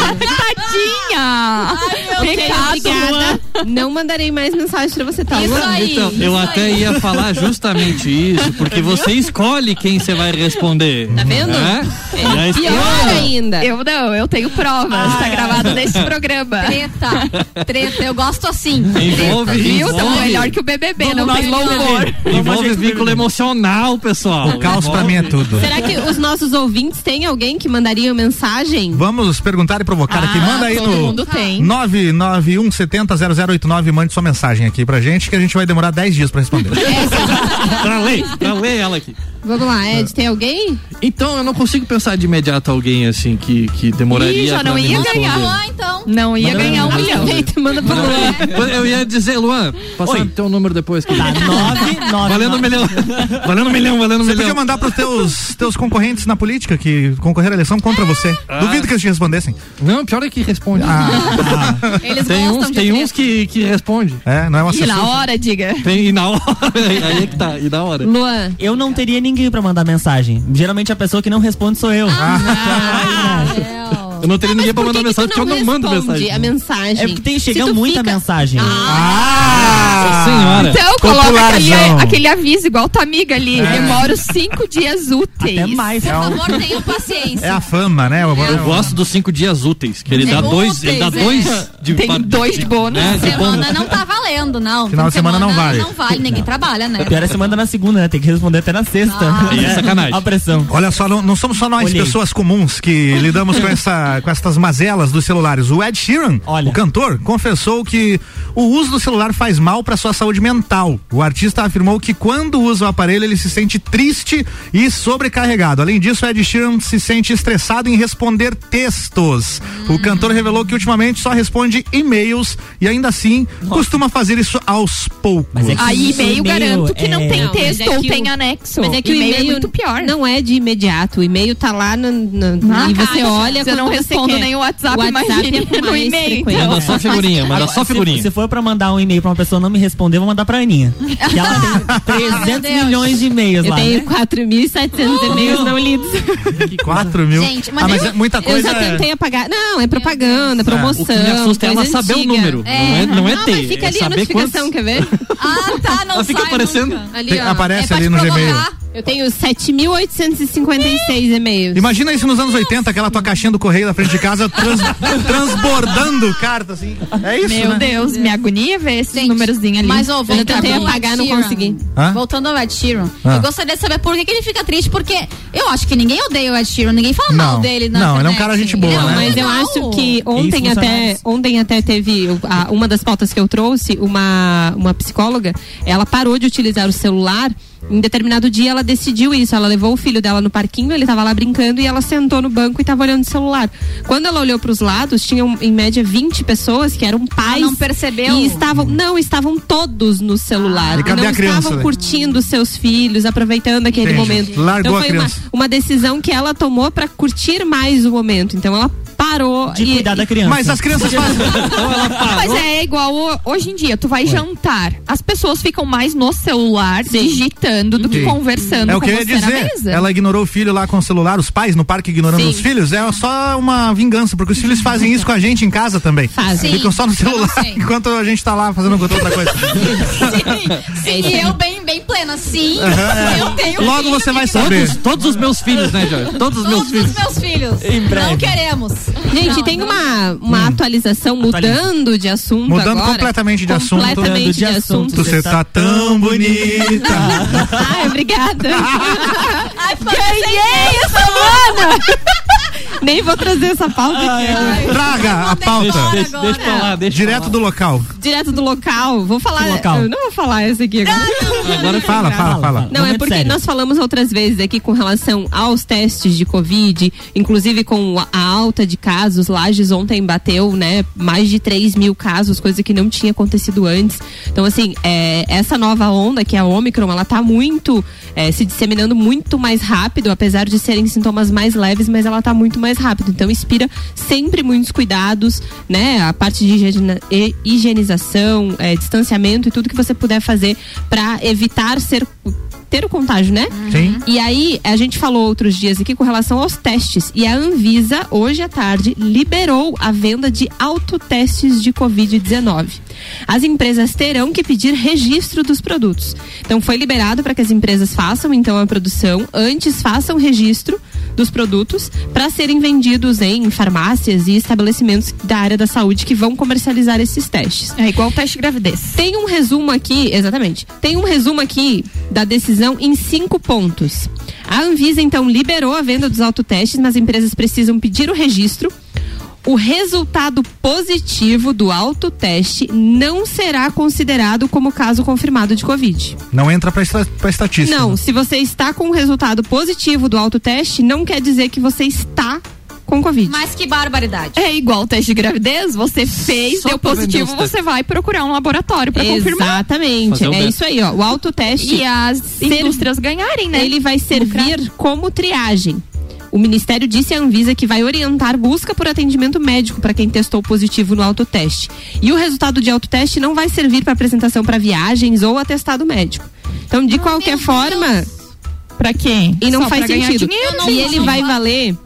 S7: Tadinha! Pecado, Luan.
S6: Não mandarei mais mensagem pra você, tá?
S7: Isso
S6: Luan?
S7: aí,
S6: Então,
S8: Eu até ia falar justamente isso, porque você escolhe quem você vai responder. Tá
S6: vendo?
S2: Né?
S5: É
S8: E a escolha-
S7: É. Pior
S6: ainda.
S7: Eu não, eu tenho provas. tá gravado neste programa.
S5: Ah. Treta, treta, eu gosto assim.
S8: Envolve,
S5: Treta. Tá
S8: envolve.
S7: Então, melhor que o BBB, não tem louvor.
S8: Envolve vínculo emocional, pessoal.
S1: O caos pra mim é tudo.
S6: Será que os nossos ouvintes têm alguém que mandaria mensagem?
S1: Vamos perguntar e provocar aqui. Manda aí
S6: Ah, todo
S1: no
S6: mundo tem.
S1: 991700089. Mande sua mensagem aqui pra gente, que a gente vai demorar 10 dias pra responder.
S6: É.
S8: Pra ler, pra ler ela aqui.
S6: Vamos lá, Ed, tem alguém?
S8: Então, eu não consigo pensar de imediato alguém assim que, que demoraria.
S7: Ih, já
S8: pra
S7: não
S8: me
S7: ia
S8: responder.
S7: ganhar.
S5: Luan, então.
S7: Não ia
S8: Manda
S7: ganhar um
S8: pra mim.
S7: milhão. <laughs>
S6: Eita, manda pro Luan.
S8: Eu ia dizer, Luan, passar o teu número depois.
S1: Tá,
S8: querido.
S9: Nove, nove.
S8: Valendo um milhão. <laughs> Valendo um milhão, valendo um
S1: Você
S8: milhão.
S1: podia mandar pros teus, teus concorrentes na política que concorreram à eleição contra você.
S8: Ah.
S1: Duvido que eles te respondessem. Ah.
S8: Não, pior é que responde.
S5: Eles
S8: tem
S5: gostam
S8: uns,
S5: de
S8: tem
S5: treta.
S8: uns que, que responde.
S1: É, não é uma
S7: E na hora, diga.
S8: Tem, e na hora. Aí é que tá, e na hora.
S6: Luan.
S9: Eu não teria ninguém pra mandar mensagem. Geralmente a pessoa que não responde sou eu. Ah.
S8: Eu não teria ninguém pra mandar mensagem
S6: Não responde a mensagem.
S9: É porque tem, chega muita mensagem.
S8: Nossa senhora.
S7: Então coloca aquele,
S9: Popularzão.
S7: aquele aviso, igual tua amiga ali. Demora os cinco dias úteis.
S9: Até mais.
S5: Por favor, tenham paciência.
S1: É a fama, né?
S8: Eu gosto dos cinco dias úteis, que ele
S5: É
S8: dá dois,
S5: úteis,
S8: ele dá
S5: é.
S8: dois de
S7: Tem
S8: par-
S7: dois de bônus.
S8: né, de bônus.
S5: Semana não tá valendo, não.
S9: Final de semana não vale.
S5: Não vale, ninguém trabalha, né?
S9: O pior é você manda na segunda, né? Tem que responder até na sexta.
S8: Aí é sacanagem.
S9: A pressão.
S1: Olha só, não, não somos só nós
S9: Olhei.
S1: pessoas comuns que lidamos com, essa, com essas mazelas dos celulares. O Ed Sheeran, o cantor, confessou que o uso do celular faz mal para sua saúde mental. O artista afirmou que quando usa o aparelho ele se sente triste e sobrecarregado. Além disso, o Ed Sheeran se sente estressado em responder textos. O cantor revelou que ultimamente só responde e-mails e ainda assim costuma fazer isso aos poucos.
S7: Aí e-mail garanto que
S6: é.
S7: não tem
S5: é
S7: texto ou tem anexo.
S6: Mas é que o
S7: E-mail é
S6: e-mail
S7: muito
S6: pior. Não é de imediato. O e-mail tá lá no, no-
S7: Na
S6: e você
S7: caixa.
S6: olha
S7: Você
S6: quando
S7: não
S6: você
S7: respondo
S6: quer.
S7: nem o WhatsApp,
S6: é
S7: imagine no
S6: mais
S7: e-mail,
S6: frequente.
S7: então. Manda só figurinha, manda
S9: Agora,
S7: só
S9: se-
S7: figurinha.
S9: Se for pra mandar um e-mail pra uma pessoa não me responder, eu vou mandar pra Aninha. Que ela tem 300 milhões de e-mails
S6: Eu
S9: lá.
S6: tenho
S9: né?
S6: 4.700 e-mails
S7: Uhum.
S6: não lidos.
S1: 4 mil.
S6: Gente,
S1: mas, ah, mas é muita coisa.
S6: Eu já tentei apagar. Não, é propaganda,
S1: Deus.
S6: promoção.
S1: É, o que me assusta é ela
S6: coisa
S1: saber o
S6: antiga.
S1: número, não é- não é ter,
S6: mas fica
S1: é
S6: ali a
S1: saber
S6: notificação, quer ver?
S5: <laughs> Ah, tá, não
S1: Ela fica
S5: sai
S1: aparecendo?
S5: nunca.
S6: Ali,
S1: Tem-
S6: ó.
S1: aparece
S6: É pra
S1: ali
S6: te
S1: no Gmail.
S6: provocar. Eu tenho 7.856 e-mails.
S1: Imagina isso nos anos 80, aquela tua caixinha do correio da frente de casa trans- transbordando carta, assim. É isso,
S7: Meu
S1: né?
S7: Deus, me agonia ver esses númerozinhos ali.
S5: Mas, ô,
S7: eu
S5: voltando
S7: tentei
S5: ao
S7: apagar,
S5: Ed
S7: não
S5: Sheeran.
S7: consegui.
S1: Hã?
S5: Voltando ao Ed Sheeran,
S1: Ah.
S5: eu gostaria de saber por que, que ele fica triste, porque eu acho que ninguém odeia o Ed Sheeran, ninguém fala mal
S1: Não.
S5: dele na
S1: Não, ele é um
S5: internet.
S1: cara gente boa,
S5: Ele é
S1: né?
S5: um
S6: Mas eu
S5: legal.
S6: acho que ontem até,
S5: Ex-funcionários.
S6: ontem até teve a- uma das pautas que eu trouxe, uma, uma psicóloga, ela parou de utilizar o celular. Em determinado dia ela decidiu isso. Ela levou o filho dela no parquinho, ele tava lá brincando e ela sentou no banco e tava olhando o celular. Quando ela olhou para os lados, tinham em média 20 pessoas que eram pais.
S5: não percebeu?
S6: E estavam, não, estavam todos no celular.
S1: Ah. E cadê
S6: não
S1: a criança,
S6: estavam
S1: né?
S6: curtindo seus filhos, aproveitando aquele
S1: Entendi.
S6: momento.
S1: Largou
S6: então
S1: a
S6: foi uma,
S1: criança.
S6: uma decisão que ela tomou pra curtir mais o momento. Então ela parou de e, cuidar
S9: da criança.
S1: Mas as crianças fazem.
S7: Mas é igual o- hoje em dia, tu vai jantar. As pessoas ficam mais no celular digitando do que
S1: Sim.
S7: conversando
S1: É o
S7: com
S1: que eu
S7: você
S1: ia
S7: na
S1: dizer.
S7: mesa.
S1: Ela ignorou o filho lá com o celular, os pais no parque ignorando
S7: Sim.
S1: os filhos. É só uma vingança, porque os filhos fazem isso com a gente em casa também.
S5: Fazem.
S1: Ficam só no
S5: Sim, eu não
S1: celular enquanto a gente tá lá fazendo outra coisa.
S5: Sim, e eu bem, bem plena, sim.
S1: Aham, é.
S5: <laughs> Eu tenho um
S1: Logo
S5: filho,
S1: você vai
S5: menina.
S1: saber.
S5: Todos,
S2: Todos os meus filhos, né, Jorge? Todos os meus filhos.
S5: os meus filhos.
S2: Em breve.
S5: Não queremos.
S6: Gente, tem uma, uma atualização mudando de assunto
S1: Mudando
S6: agora.
S1: completamente de assunto.
S6: Completamente de assunto.
S1: Você tá tão bonita.
S6: Ai,
S1: <laughs>
S6: obrigada.
S5: Ai,
S6: Ganhei essa mana! Nem vou trazer essa pauta aqui.
S1: Traga a pauta.
S6: Deixa- deixa pra lá, deixa
S1: Direto do local.
S6: Direto do local. Vou falar.
S1: Do local.
S6: Eu não vou falar essa aqui agora.
S1: Agora fala, fala, fala.
S6: Não, é porque nós falamos outras vezes aqui com relação aos testes de Covid, inclusive com a alta de casos. Lages ontem bateu, né? Mais de 3 mil casos, coisa que não tinha acontecido antes. Então, assim, é, essa nova onda, que é a Omicron, ela tá muito é, se disseminando muito mais rápido, apesar de serem sintomas mais leves, mas ela tá muito mais rápido. Então, inspira sempre muitos cuidados, né? A parte de higiena- e- higienização, é, distanciamento e tudo que você puder fazer para evitar ser ter o contágio, né?
S1: Sim.
S6: E aí, a gente falou outros dias aqui com relação aos testes. E a Anvisa, hoje à tarde, liberou a venda de autotestes de Covid-19. As empresas terão que pedir registro dos produtos. Então, foi liberado para que as empresas façam, então, a produção. Antes, façam registro dos produtos para serem vendidos em farmácias e estabelecimentos da área da saúde que vão comercializar esses testes.
S7: É igual o teste de gravidez.
S6: Tem um resumo aqui, exatamente. Tem um resumo aqui da decisão em cinco pontos. A Anvisa, então, liberou a venda dos autotestes, mas as empresas precisam pedir o registro. O resultado positivo do autoteste não será considerado como caso confirmado de Covid.
S1: Não entra pra, esta, pra estatística.
S6: Não, se você está com um resultado positivo do autoteste, não quer dizer que você está com Covid.
S5: Mas que barbaridade.
S7: É igual o teste de gravidez, você fez,
S6: Só
S7: deu
S6: pra vender
S7: positivo,
S6: os testes.
S7: você vai procurar um laboratório pra confirmar.
S6: Exatamente.
S7: Fazer o
S6: É
S7: teste.
S6: isso aí, ó. O autoteste.
S7: E as indústrias ganharem, né?
S6: Ele vai servir como triagem. O Ministério disse à Anvisa que vai orientar busca por atendimento médico para quem testou positivo no autoteste. E o resultado de autoteste não vai servir para apresentação para viagens ou atestado médico. Então, de qualquer forma,
S7: Ah, Pra quem?
S6: e não
S7: Só
S6: faz
S7: pra ganhar
S6: sentido.
S7: dinheiro, né?
S6: e
S7: sim,
S6: ele
S7: sim.
S6: vai valer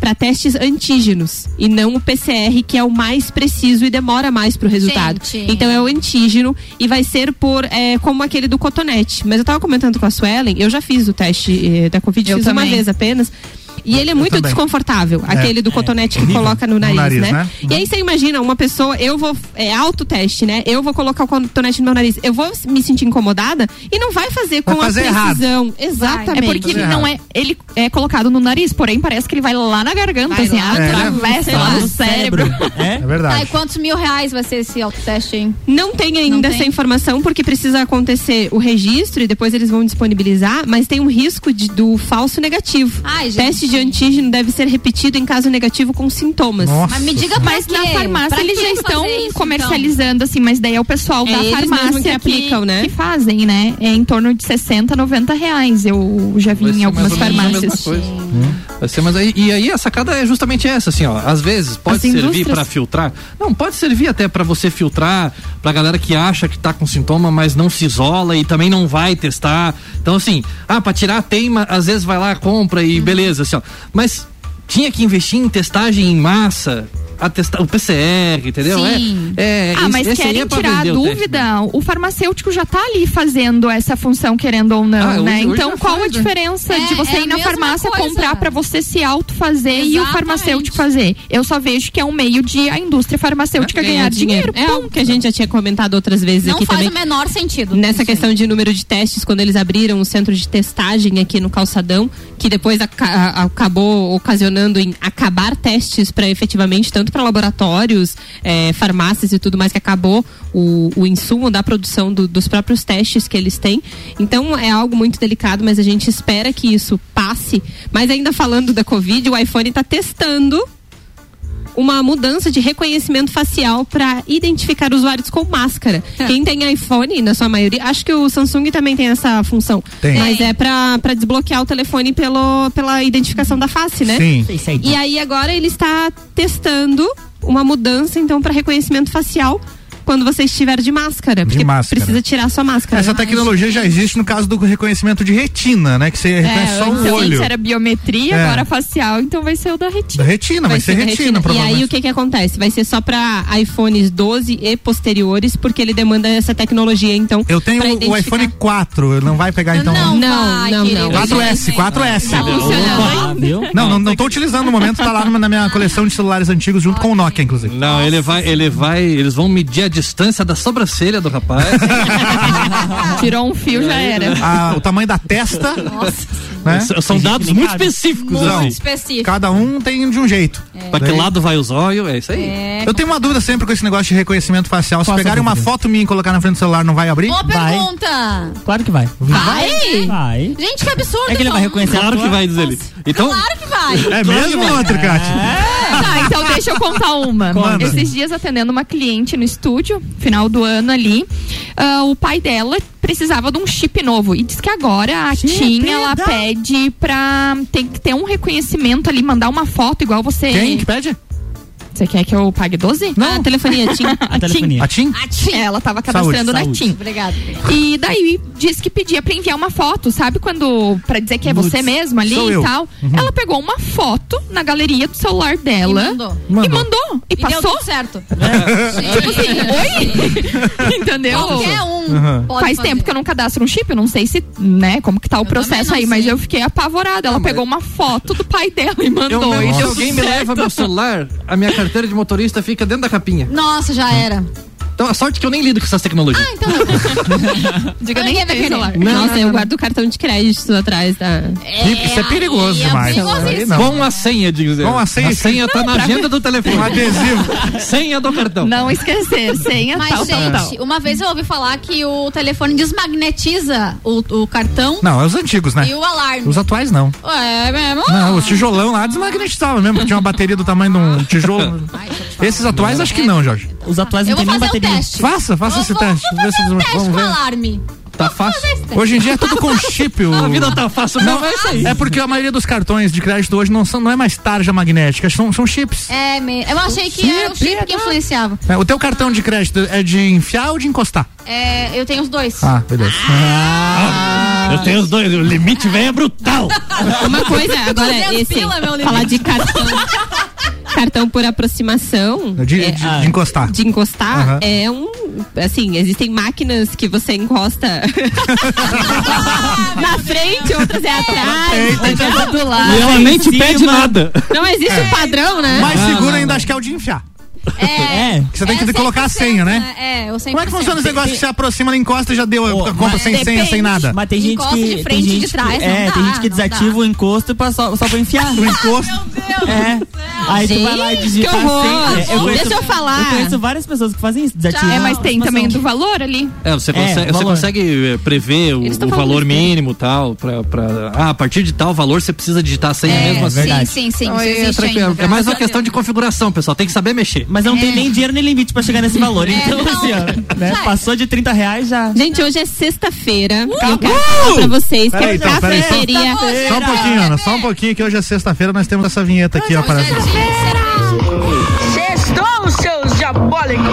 S6: para testes antígenos e não o PCR, que é o mais preciso e demora mais pro resultado.
S5: Gente.
S6: Então é o antígeno e vai ser por é, como aquele do cotonete. Mas eu tava comentando com a Suelen, eu já fiz o teste eh, da Covid,
S7: Eu
S6: fiz
S7: também.
S6: uma vez apenas. E ele é muito
S7: também.
S6: desconfortável,
S7: É,
S6: aquele do
S7: é
S6: cotonete que
S7: horrível.
S6: coloca no
S7: No
S6: nariz,
S7: nariz,
S6: né?
S7: né?
S6: E aí você imagina uma pessoa, eu vou. É autoteste, né? Eu vou colocar o cotonete no meu nariz. Eu vou me sentir incomodada e não vai fazer com
S7: Vai fazer
S6: a
S7: errado.
S6: precisão. Exatamente.
S7: É porque ele não é. Ele é colocado no nariz, porém parece que ele vai lá na garganta, assim, atravessa
S6: Ah,
S7: lá no cérebro.
S1: É
S5: Tá, e
S1: verdade.
S5: quantos mil reais vai ser esse autoteste, hein?
S6: Não tem ainda essa informação, porque precisa acontecer o registro e depois eles vão disponibilizar, mas tem um risco de- do falso negativo.
S5: Ai, gente.
S6: Teste de de antígeno deve ser repetido em caso negativo com sintomas.
S5: Nossa. Mas me diga pra
S7: Mas na
S5: quê?
S7: farmácia
S5: Pra
S7: eles
S5: que
S7: já estão
S5: fazer isso, então?
S7: comercializando, assim, mas daí é o pessoal
S6: É
S7: da
S6: eles mesmo
S7: farmácia
S6: que aplicam, né?
S7: que fazem, né? É em torno de 60, 90 reais. Eu já vi
S2: Vai ser
S7: em algumas
S2: mais ou menos a mesma
S7: farmácias.
S2: coisa. Vai ser, mas aí, e aí a sacada é justamente essa, assim, ó. Às vezes pode
S7: As
S2: servir
S7: indústrias-
S2: pra filtrar. Não, pode servir até pra você filtrar pra galera que acha que tá com sintoma, mas não se isola e também não vai testar. Então, assim, ah, pra tirar a teima, às vezes vai lá, compra
S7: Uhum.
S2: e beleza, assim, ó. Mas tinha que investir em testagem em massa. A testa- o PCR, entendeu?
S7: Sim.
S2: É, é,
S7: ah,
S2: esse-
S7: mas
S2: esse aí
S7: querem
S2: é pra
S7: tirar a
S2: vender o teste.
S7: dúvida? O farmacêutico já tá ali fazendo essa função, querendo ou não,
S2: Ah, hoje-
S7: né?
S2: hoje
S7: então,
S2: já
S7: qual a
S2: faz, né?
S7: diferença
S5: É,
S7: de você
S5: é a
S7: ir na
S5: mesma
S7: farmácia
S5: coisa.
S7: comprar pra você se auto-fazer e o
S5: Exatamente.
S7: farmacêutico fazer? Eu só vejo que é um meio de a indústria farmacêutica ganhar, dinheiro.
S6: É algo que a gente já tinha comentado outras vezes
S5: Não
S6: aqui
S5: faz
S6: também.
S5: o menor sentido.
S6: Nessa questão de número de testes, quando eles abriram o centro de testagem aqui no Calçadão, que depois aca- a- acabou ocasionando em acabar testes para efetivamente, tanto para laboratórios, eh, farmácias e tudo mais, que acabou o, o insumo da produção do- dos próprios testes que eles têm. Então é algo muito delicado, mas a gente espera que isso passe. Mas ainda falando da Covid, o iPhone está testando uma mudança de reconhecimento facial para identificar usuários com máscara. Quem tem iPhone, na sua maioria, acho que o Samsung também tem essa função.
S1: Tem.
S6: Mas é para desbloquear o telefone pelo, pela identificação da face, né?
S1: Sim.
S6: E aí agora ele está testando uma mudança então para reconhecimento facial quando você estiver de máscara, porque
S1: máscara.
S6: precisa tirar a sua máscara.
S1: Essa tecnologia já existe no caso do reconhecimento de retina, né? Que
S6: É,
S1: você reconhece só
S6: então,
S7: antes
S1: o olho.
S7: era biometria,
S1: É.
S7: agora facial, então vai ser o da retina.
S1: Da retina, vai, ser,
S6: da
S1: retina,
S6: E
S1: provavelmente.
S6: aí o que que acontece? Vai ser só para iPhones 12 e posteriores, porque ele demanda essa tecnologia, então.
S1: Eu tenho
S6: pra
S1: o
S6: identificar-
S1: iPhone 4, não vai pegar então.
S6: Não, não, não. não.
S1: 4S, 4S.
S6: Tá funcionando,
S1: Não, não, não tô utilizando no momento, tá lá numa- na minha coleção de celulares antigos junto com o Nokia, inclusive.
S2: Não, ele vai, ele vai, eles vão medir a distância da sobrancelha do rapaz.
S7: <laughs>
S6: Tá.
S7: Tirou um fio, já era.
S1: Ah, o tamanho da testa. né?
S2: São- São dados muito específicos,
S1: Não.
S2: assim.
S5: específica.
S1: Cada um tem de um jeito.
S2: Pra
S7: Né?
S2: que lado vai os olhos? É isso aí.
S5: É.
S1: Eu tenho uma dúvida sempre com esse negócio de reconhecimento facial. Se
S9: Qual a
S1: pegarem
S9: sua
S1: uma
S9: dúvida?
S1: foto minha e colocar na frente do celular, não vai abrir?
S5: Boa
S9: Vai.
S5: pergunta.
S9: Claro que vai.
S5: Vai?
S9: Vai.
S5: Gente, que absurdo.
S9: É que ele
S5: então.
S9: vai reconhecer.
S2: Claro que vai, diz ele. Então,
S5: Claro que vai.
S1: É mesmo, outro,
S5: É.
S1: Kátia?
S7: Tá, então deixa eu contar uma.
S1: Manda.
S7: Esses dias atendendo uma cliente no estúdio, final do ano ali, ah, o pai dela precisava de um chip novo. E diz que agora a Tim, ela pede pra. Tem que ter um reconhecimento ali, mandar uma foto igual você.
S1: Quem que pede?
S7: Você quer que eu pague 12?
S6: Ah, telefonia tinha.
S9: A telefonia.
S1: <laughs> A Tim?
S5: A ti.
S7: É, Ela tava cadastrando na
S9: saúde.
S7: TIM.
S5: Obrigada.
S7: E daí disse que pedia pra enviar uma foto, sabe? Quando. pra dizer que é você mesmo ali
S1: sou
S7: e
S1: eu.
S7: tal. Uhum. Ela pegou uma foto na galeria do celular dela.
S5: E mandou.
S7: E mandou. E,
S5: E deu
S7: passou.
S5: tudo certo.
S7: Tipo assim, oi? Entendeu?
S5: Qualquer um.
S2: Uhum.
S5: pode
S7: Faz
S5: fazer.
S7: tempo que eu não cadastro um chip, eu não sei se, né, como que tá o processo
S5: também
S7: aí,
S5: não
S7: mas
S5: sei.
S7: eu fiquei apavorada. Ela pegou uma foto do pai dela e
S2: eu
S7: mandou.
S2: não,
S7: e
S2: se
S7: deu
S2: alguém
S7: tudo
S2: me
S7: certo.
S2: leva meu
S7: <laughs>
S2: celular, a minha carteira de motorista fica dentro da capinha.
S5: Nossa, já era.
S2: Então, a sorte é que eu nem lido com essas tecnologias.
S5: Ah, então. não.
S7: Diga
S5: Ninguém vai
S7: nem tem
S5: querer.
S7: celular.
S6: Nossa, eu guardo o cartão de crédito atrás da.
S1: Que- Isso é perigoso
S5: aí é
S1: demais.
S5: perigosíssimo.
S1: Aí não.
S2: Com a senha, diz ele.
S1: Com a senha,
S2: A
S1: sim.
S2: senha tá na agenda do
S1: Um
S2: telefone.
S1: adesivo.
S2: senha do cartão.
S7: Não esquecer, senha
S5: Mas,
S7: tal, tal,
S5: gente,
S7: tal.
S5: uma vez eu ouvi falar que o telefone desmagnetiza o, o cartão
S1: Não, é os antigos, né?
S5: e o alarme.
S1: Os atuais não.
S5: É mesmo?
S1: Não, o tijolão lá desmagnetizava mesmo, porque tinha uma bateria do tamanho de um tijolo. Esses atuais acho que não, Jorge.
S9: Os atuais
S5: Eu vou
S9: não tem nem
S5: fazer o
S9: bateria.
S5: teste.
S1: Faça, faça
S5: Eu
S1: esse
S5: vou-
S1: teste.
S5: Vou
S1: vê se
S5: fazer um
S1: desma-
S5: teste
S1: vamos
S5: com
S1: ver.
S5: alarme.
S2: Tá fácil.
S1: Hoje em dia é tudo com chip. O...
S2: A vida tá fácil, não, vai sair.
S1: É porque a maioria dos cartões de crédito hoje não, são, não é mais tarja magnética, são, são chips.
S5: É, me... eu achei que era o chip que influenciava.
S1: É, O teu cartão de crédito é de enfiar ou de encostar?
S5: É, eu tenho os dois.
S1: Ah, beleza.
S2: Ah, Eu tenho os dois. O limite vem é brutal.
S6: Uma
S5: <laughs>
S6: coisa, agora
S5: 200
S6: esse.
S5: pila, meu
S6: falar de cartão. cartão por aproximação.
S1: De, de-
S6: é,
S1: de
S9: ah.
S1: encostar.
S6: de encostar
S1: Aham.
S6: é um. Assim, existem máquinas que você encosta <laughs> na frente, outras é atrás, outras é do
S2: E
S6: lado.
S2: ela nem te
S9: Em
S2: pede
S9: cima.
S2: nada.
S6: Não existe um padrão, né?
S1: É. Mais
S2: Ah,
S1: seguro
S2: não,
S1: ainda
S2: não.
S1: acho que é o de enfiar. <laughs>
S5: É.
S9: É.
S1: Que você tem que
S5: É
S1: colocar a
S5: 100%,
S1: senha, né?
S5: É, eu
S1: Como é que funciona esse negócio que você aproxima, ela encosta e já deu
S9: Ô,
S1: a conta
S9: mas
S1: sem senha, sem
S5: depende.
S1: nada?
S9: Mas tem gente
S5: Encosta
S9: que.
S5: de
S9: tem
S5: frente e de
S9: gente que-
S5: trás, não
S9: É, tem
S5: dá,
S9: gente que
S5: não dá. <laughs>
S9: desativa o encosto pra só, só pra enfiar.
S1: O encosto.
S5: Meu Deus
S9: É.
S5: do céu.
S9: Aí tu vai lá e digita
S7: que horror.
S9: a senha.
S7: Deixa eu falar.
S9: Eu conheço várias pessoas que fazem isso. Já
S7: Tchau.
S9: tive
S7: É, mas
S9: uma
S7: tem
S9: situação
S7: também
S9: que-
S7: do valor ali.
S2: É, você consegue, você
S9: valor.
S2: consegue, eh, prever o,
S7: Eles tão
S2: o
S7: falando
S2: valor
S7: besteira.
S2: mínimo tal, pra, pra- ah, a partir de tal valor você precisa digitar a senha
S5: É,
S2: mesmo assim.
S5: sim, sim, sim,
S2: Então,
S5: isso
S2: é,
S5: existe
S2: tranquilo.
S5: ainda, tá?
S2: é mais
S5: graças
S2: uma
S5: a
S2: questão de configuração, pessoal. Tem que saber mexer.
S9: Mas não
S2: É.
S9: tem nem dinheiro nem limite pra chegar nesse valor.
S2: É,
S9: Então,
S2: não.
S9: assim, ó, né?
S6: Vai.
S9: Passou de 30 reais já.
S6: Gente, hoje é sexta-feira. Eu quero falar pra vocês que
S1: Peraí,
S6: é
S1: então, peraí, só-
S6: cafeteria.
S1: Só um pouquinho, Ana, só um pouquinho que hoje é sexta-feira, nós temos essa vinheta aqui, ó, para.
S10: Sextou, seus diabólicos!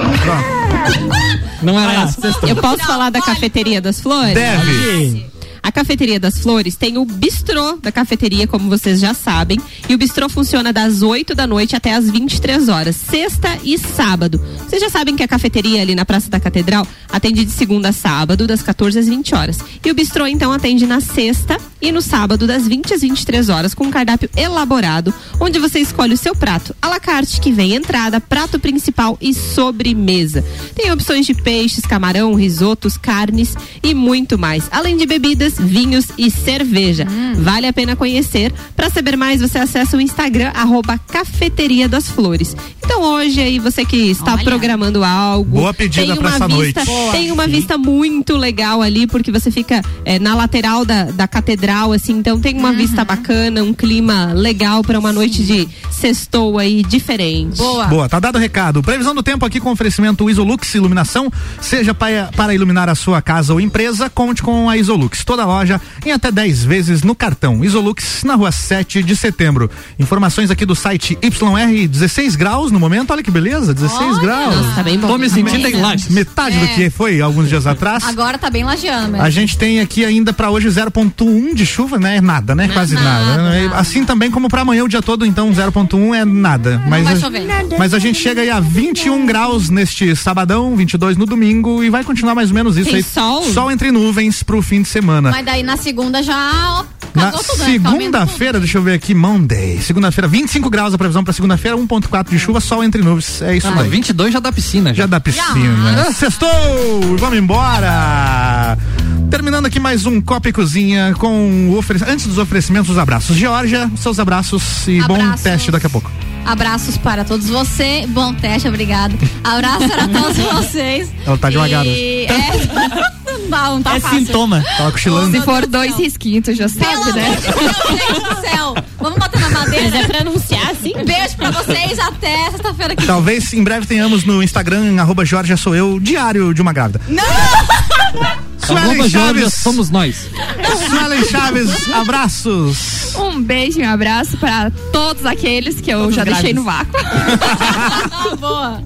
S2: Não era
S6: essa. Eu posso falar da cafeteria das flores?
S9: Deve.
S6: A Cafeteria das Flores tem o bistrô da cafeteria, como vocês já sabem. E o bistrô funciona das 8 da noite até as 23 horas, sexta e sábado. Vocês já sabem que a cafeteria ali na Praça da Catedral atende de segunda a sábado, das 14 às 20 horas. E o bistrô, então, atende na sexta e no sábado, das 20 às 23 horas, com um cardápio elaborado, onde você escolhe o seu prato à la carte, que vem entrada, prato principal e sobremesa. Tem opções de peixes, camarão, risotos, carnes e muito mais, além de bebidas, vinhos e cerveja. Vale a pena conhecer. Para saber mais, você acessa o Instagram arroba Cafeteria das Flores. Então hoje aí você que está programando algo,
S1: Boa pedida
S6: tem
S1: pra
S6: uma
S1: essa
S6: vista,
S1: noite. Boa,
S6: tem uma vista muito legal ali porque você fica eh, na lateral da, da catedral assim, então tem uma vista bacana, um clima legal para uma noite de sextou aí diferente.
S1: Boa, tá dado o recado. Previsão do tempo aqui com oferecimento Isolux Iluminação. Seja para, para iluminar a sua casa ou empresa, conte com a Isolux. Toda loja em até 10 vezes no cartão. Isolux na rua 7 de setembro. Informações aqui do site YR, 16 graus no momento. Olha que beleza, 16 graus.
S6: nossa, tá bem bom. Tô me sentindo em Lages.
S1: Metade do
S5: É.
S1: que foi alguns dias atrás.
S5: Agora tá bem lajeando, mas.
S1: A gente tem aqui ainda pra hoje 0.1 de chuva, né? Nada, né? Quase nada. né? Assim também como pra amanhã o dia todo, então 0.1 é nada. Mas
S5: vai
S1: a-
S5: chover. Nada.
S1: mas a gente chega aí a 21 graus neste sabadão, 22 no domingo e vai continuar mais ou menos isso
S5: Tem
S1: aí.
S5: sol?
S1: Sol entre nuvens pro fim de semana.
S5: Mas daí na segunda já. ó,
S1: né? Na
S5: cagou tudo, né? Fica abrindo tudo.
S1: segunda-feira, deixa eu ver aqui, Monday. Segunda-feira, 25 graus a previsão pra segunda-feira, 1.4 de chuva, sol entre nuvens. É isso
S2: Ah,
S1: daí.
S2: 22 já dá piscina.
S1: Já dá
S5: né?
S1: piscina. Sextou! Vamos embora! Terminando aqui mais um Copa e Cozinha com o ofere- antes dos oferecimentos, os abraços. Georgia, seus abraços e bom
S5: Abraços.
S1: teste daqui a pouco.
S5: Abraços para todos vocês. Bom teste, obrigado. Abraço
S1: <laughs>
S5: para todos vocês.
S1: Ela tá devagar
S5: E...
S1: hoje.
S5: É, <laughs> não,
S2: É
S5: não tá fácil.
S1: Tava cochilando.
S7: Se for dois risquitos, já sabe, né?
S5: Meu Deus do céu. Vamos bater na madeira.
S6: Mas é pra anunciar, sim.
S5: Beijo pra vocês. Até sexta-feira que
S1: Talvez em breve tenhamos no Instagram, arroba Georgia sou eu, diário de uma grávida. Suelen
S2: Arroba Jorge,
S1: Chaves.
S2: somos nós.
S1: Suelen Chaves, abraços.
S7: Um beijo e um abraço pra todos aqueles que eu já deixei
S1: grávidos.
S7: no vácuo.
S5: Tá, Boa.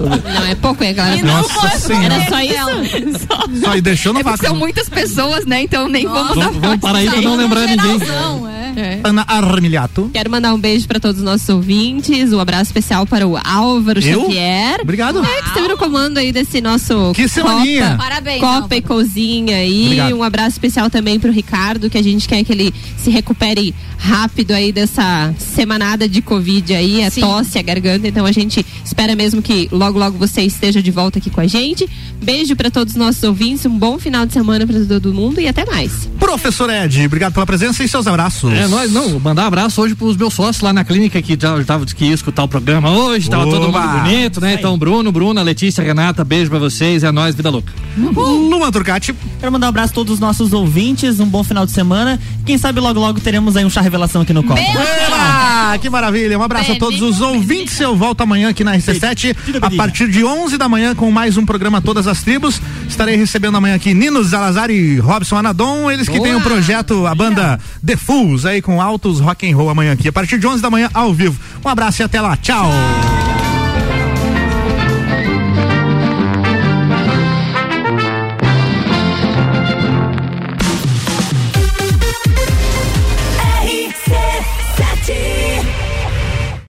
S6: Não é pouco, é galera.
S1: Nossa Senhora.
S6: Era só isso?
S1: Só e deixou no
S7: É porque
S1: vácuo.
S7: São muitas pessoas, né? Então nem vamos dar
S1: Vamos- vamos parar aí pra
S7: voz,
S1: não
S7: gente.
S1: lembrar ninguém. Geralzão,
S7: é.
S1: Ana Armiliato.
S6: Quero mandar um beijo pra todos os nossos ouvintes, um abraço especial para o Álvaro
S1: Eu?
S6: Xavier.
S1: Obrigado.
S6: É, que esteve no comando aí desse nosso
S1: Que semaninha.
S6: Copa,
S5: Parabéns,
S6: Copa e Cozinha aí.
S1: Obrigado.
S6: Um abraço especial também pro Ricardo, que a gente quer que ele se recupere rápido aí dessa semanada de Covid aí, é tosse, é garganta, então a gente espera mesmo que logo logo você esteja de volta aqui com a gente. Beijo pra todos os nossos ouvintes, um bom final de semana pra todo mundo e até mais.
S1: Professor Ed, obrigado pela presença e seus abraços.
S2: É, nós não, mandar abraço hoje pros meus sócios lá na clínica que já estavam que ia escutar o programa hoje, tava todo
S1: Oba!
S2: mundo bonito, né? Então, Bruno, Bruna, Letícia, Renata, beijo pra vocês, é nóis, vida louca.
S1: Luma Turcati.
S9: Quero mandar um abraço a todos os nossos ouvintes, um bom final de semana. Quem sabe logo logo teremos aí um chá revelação aqui no Copa.
S1: Eba! Que maravilha! Um abraço a todos os ouvintes. Eu volto amanhã aqui na RC7 a partir de 11 da manhã com mais um programa Todas as Tribos. Estarei recebendo amanhã aqui Nino Zalazar e Robson Anadon, eles que têm o projeto, a banda The Fools aí com altos rock and roll amanhã aqui a partir de 11 da manhã ao vivo. Um abraço e até lá. Tchau.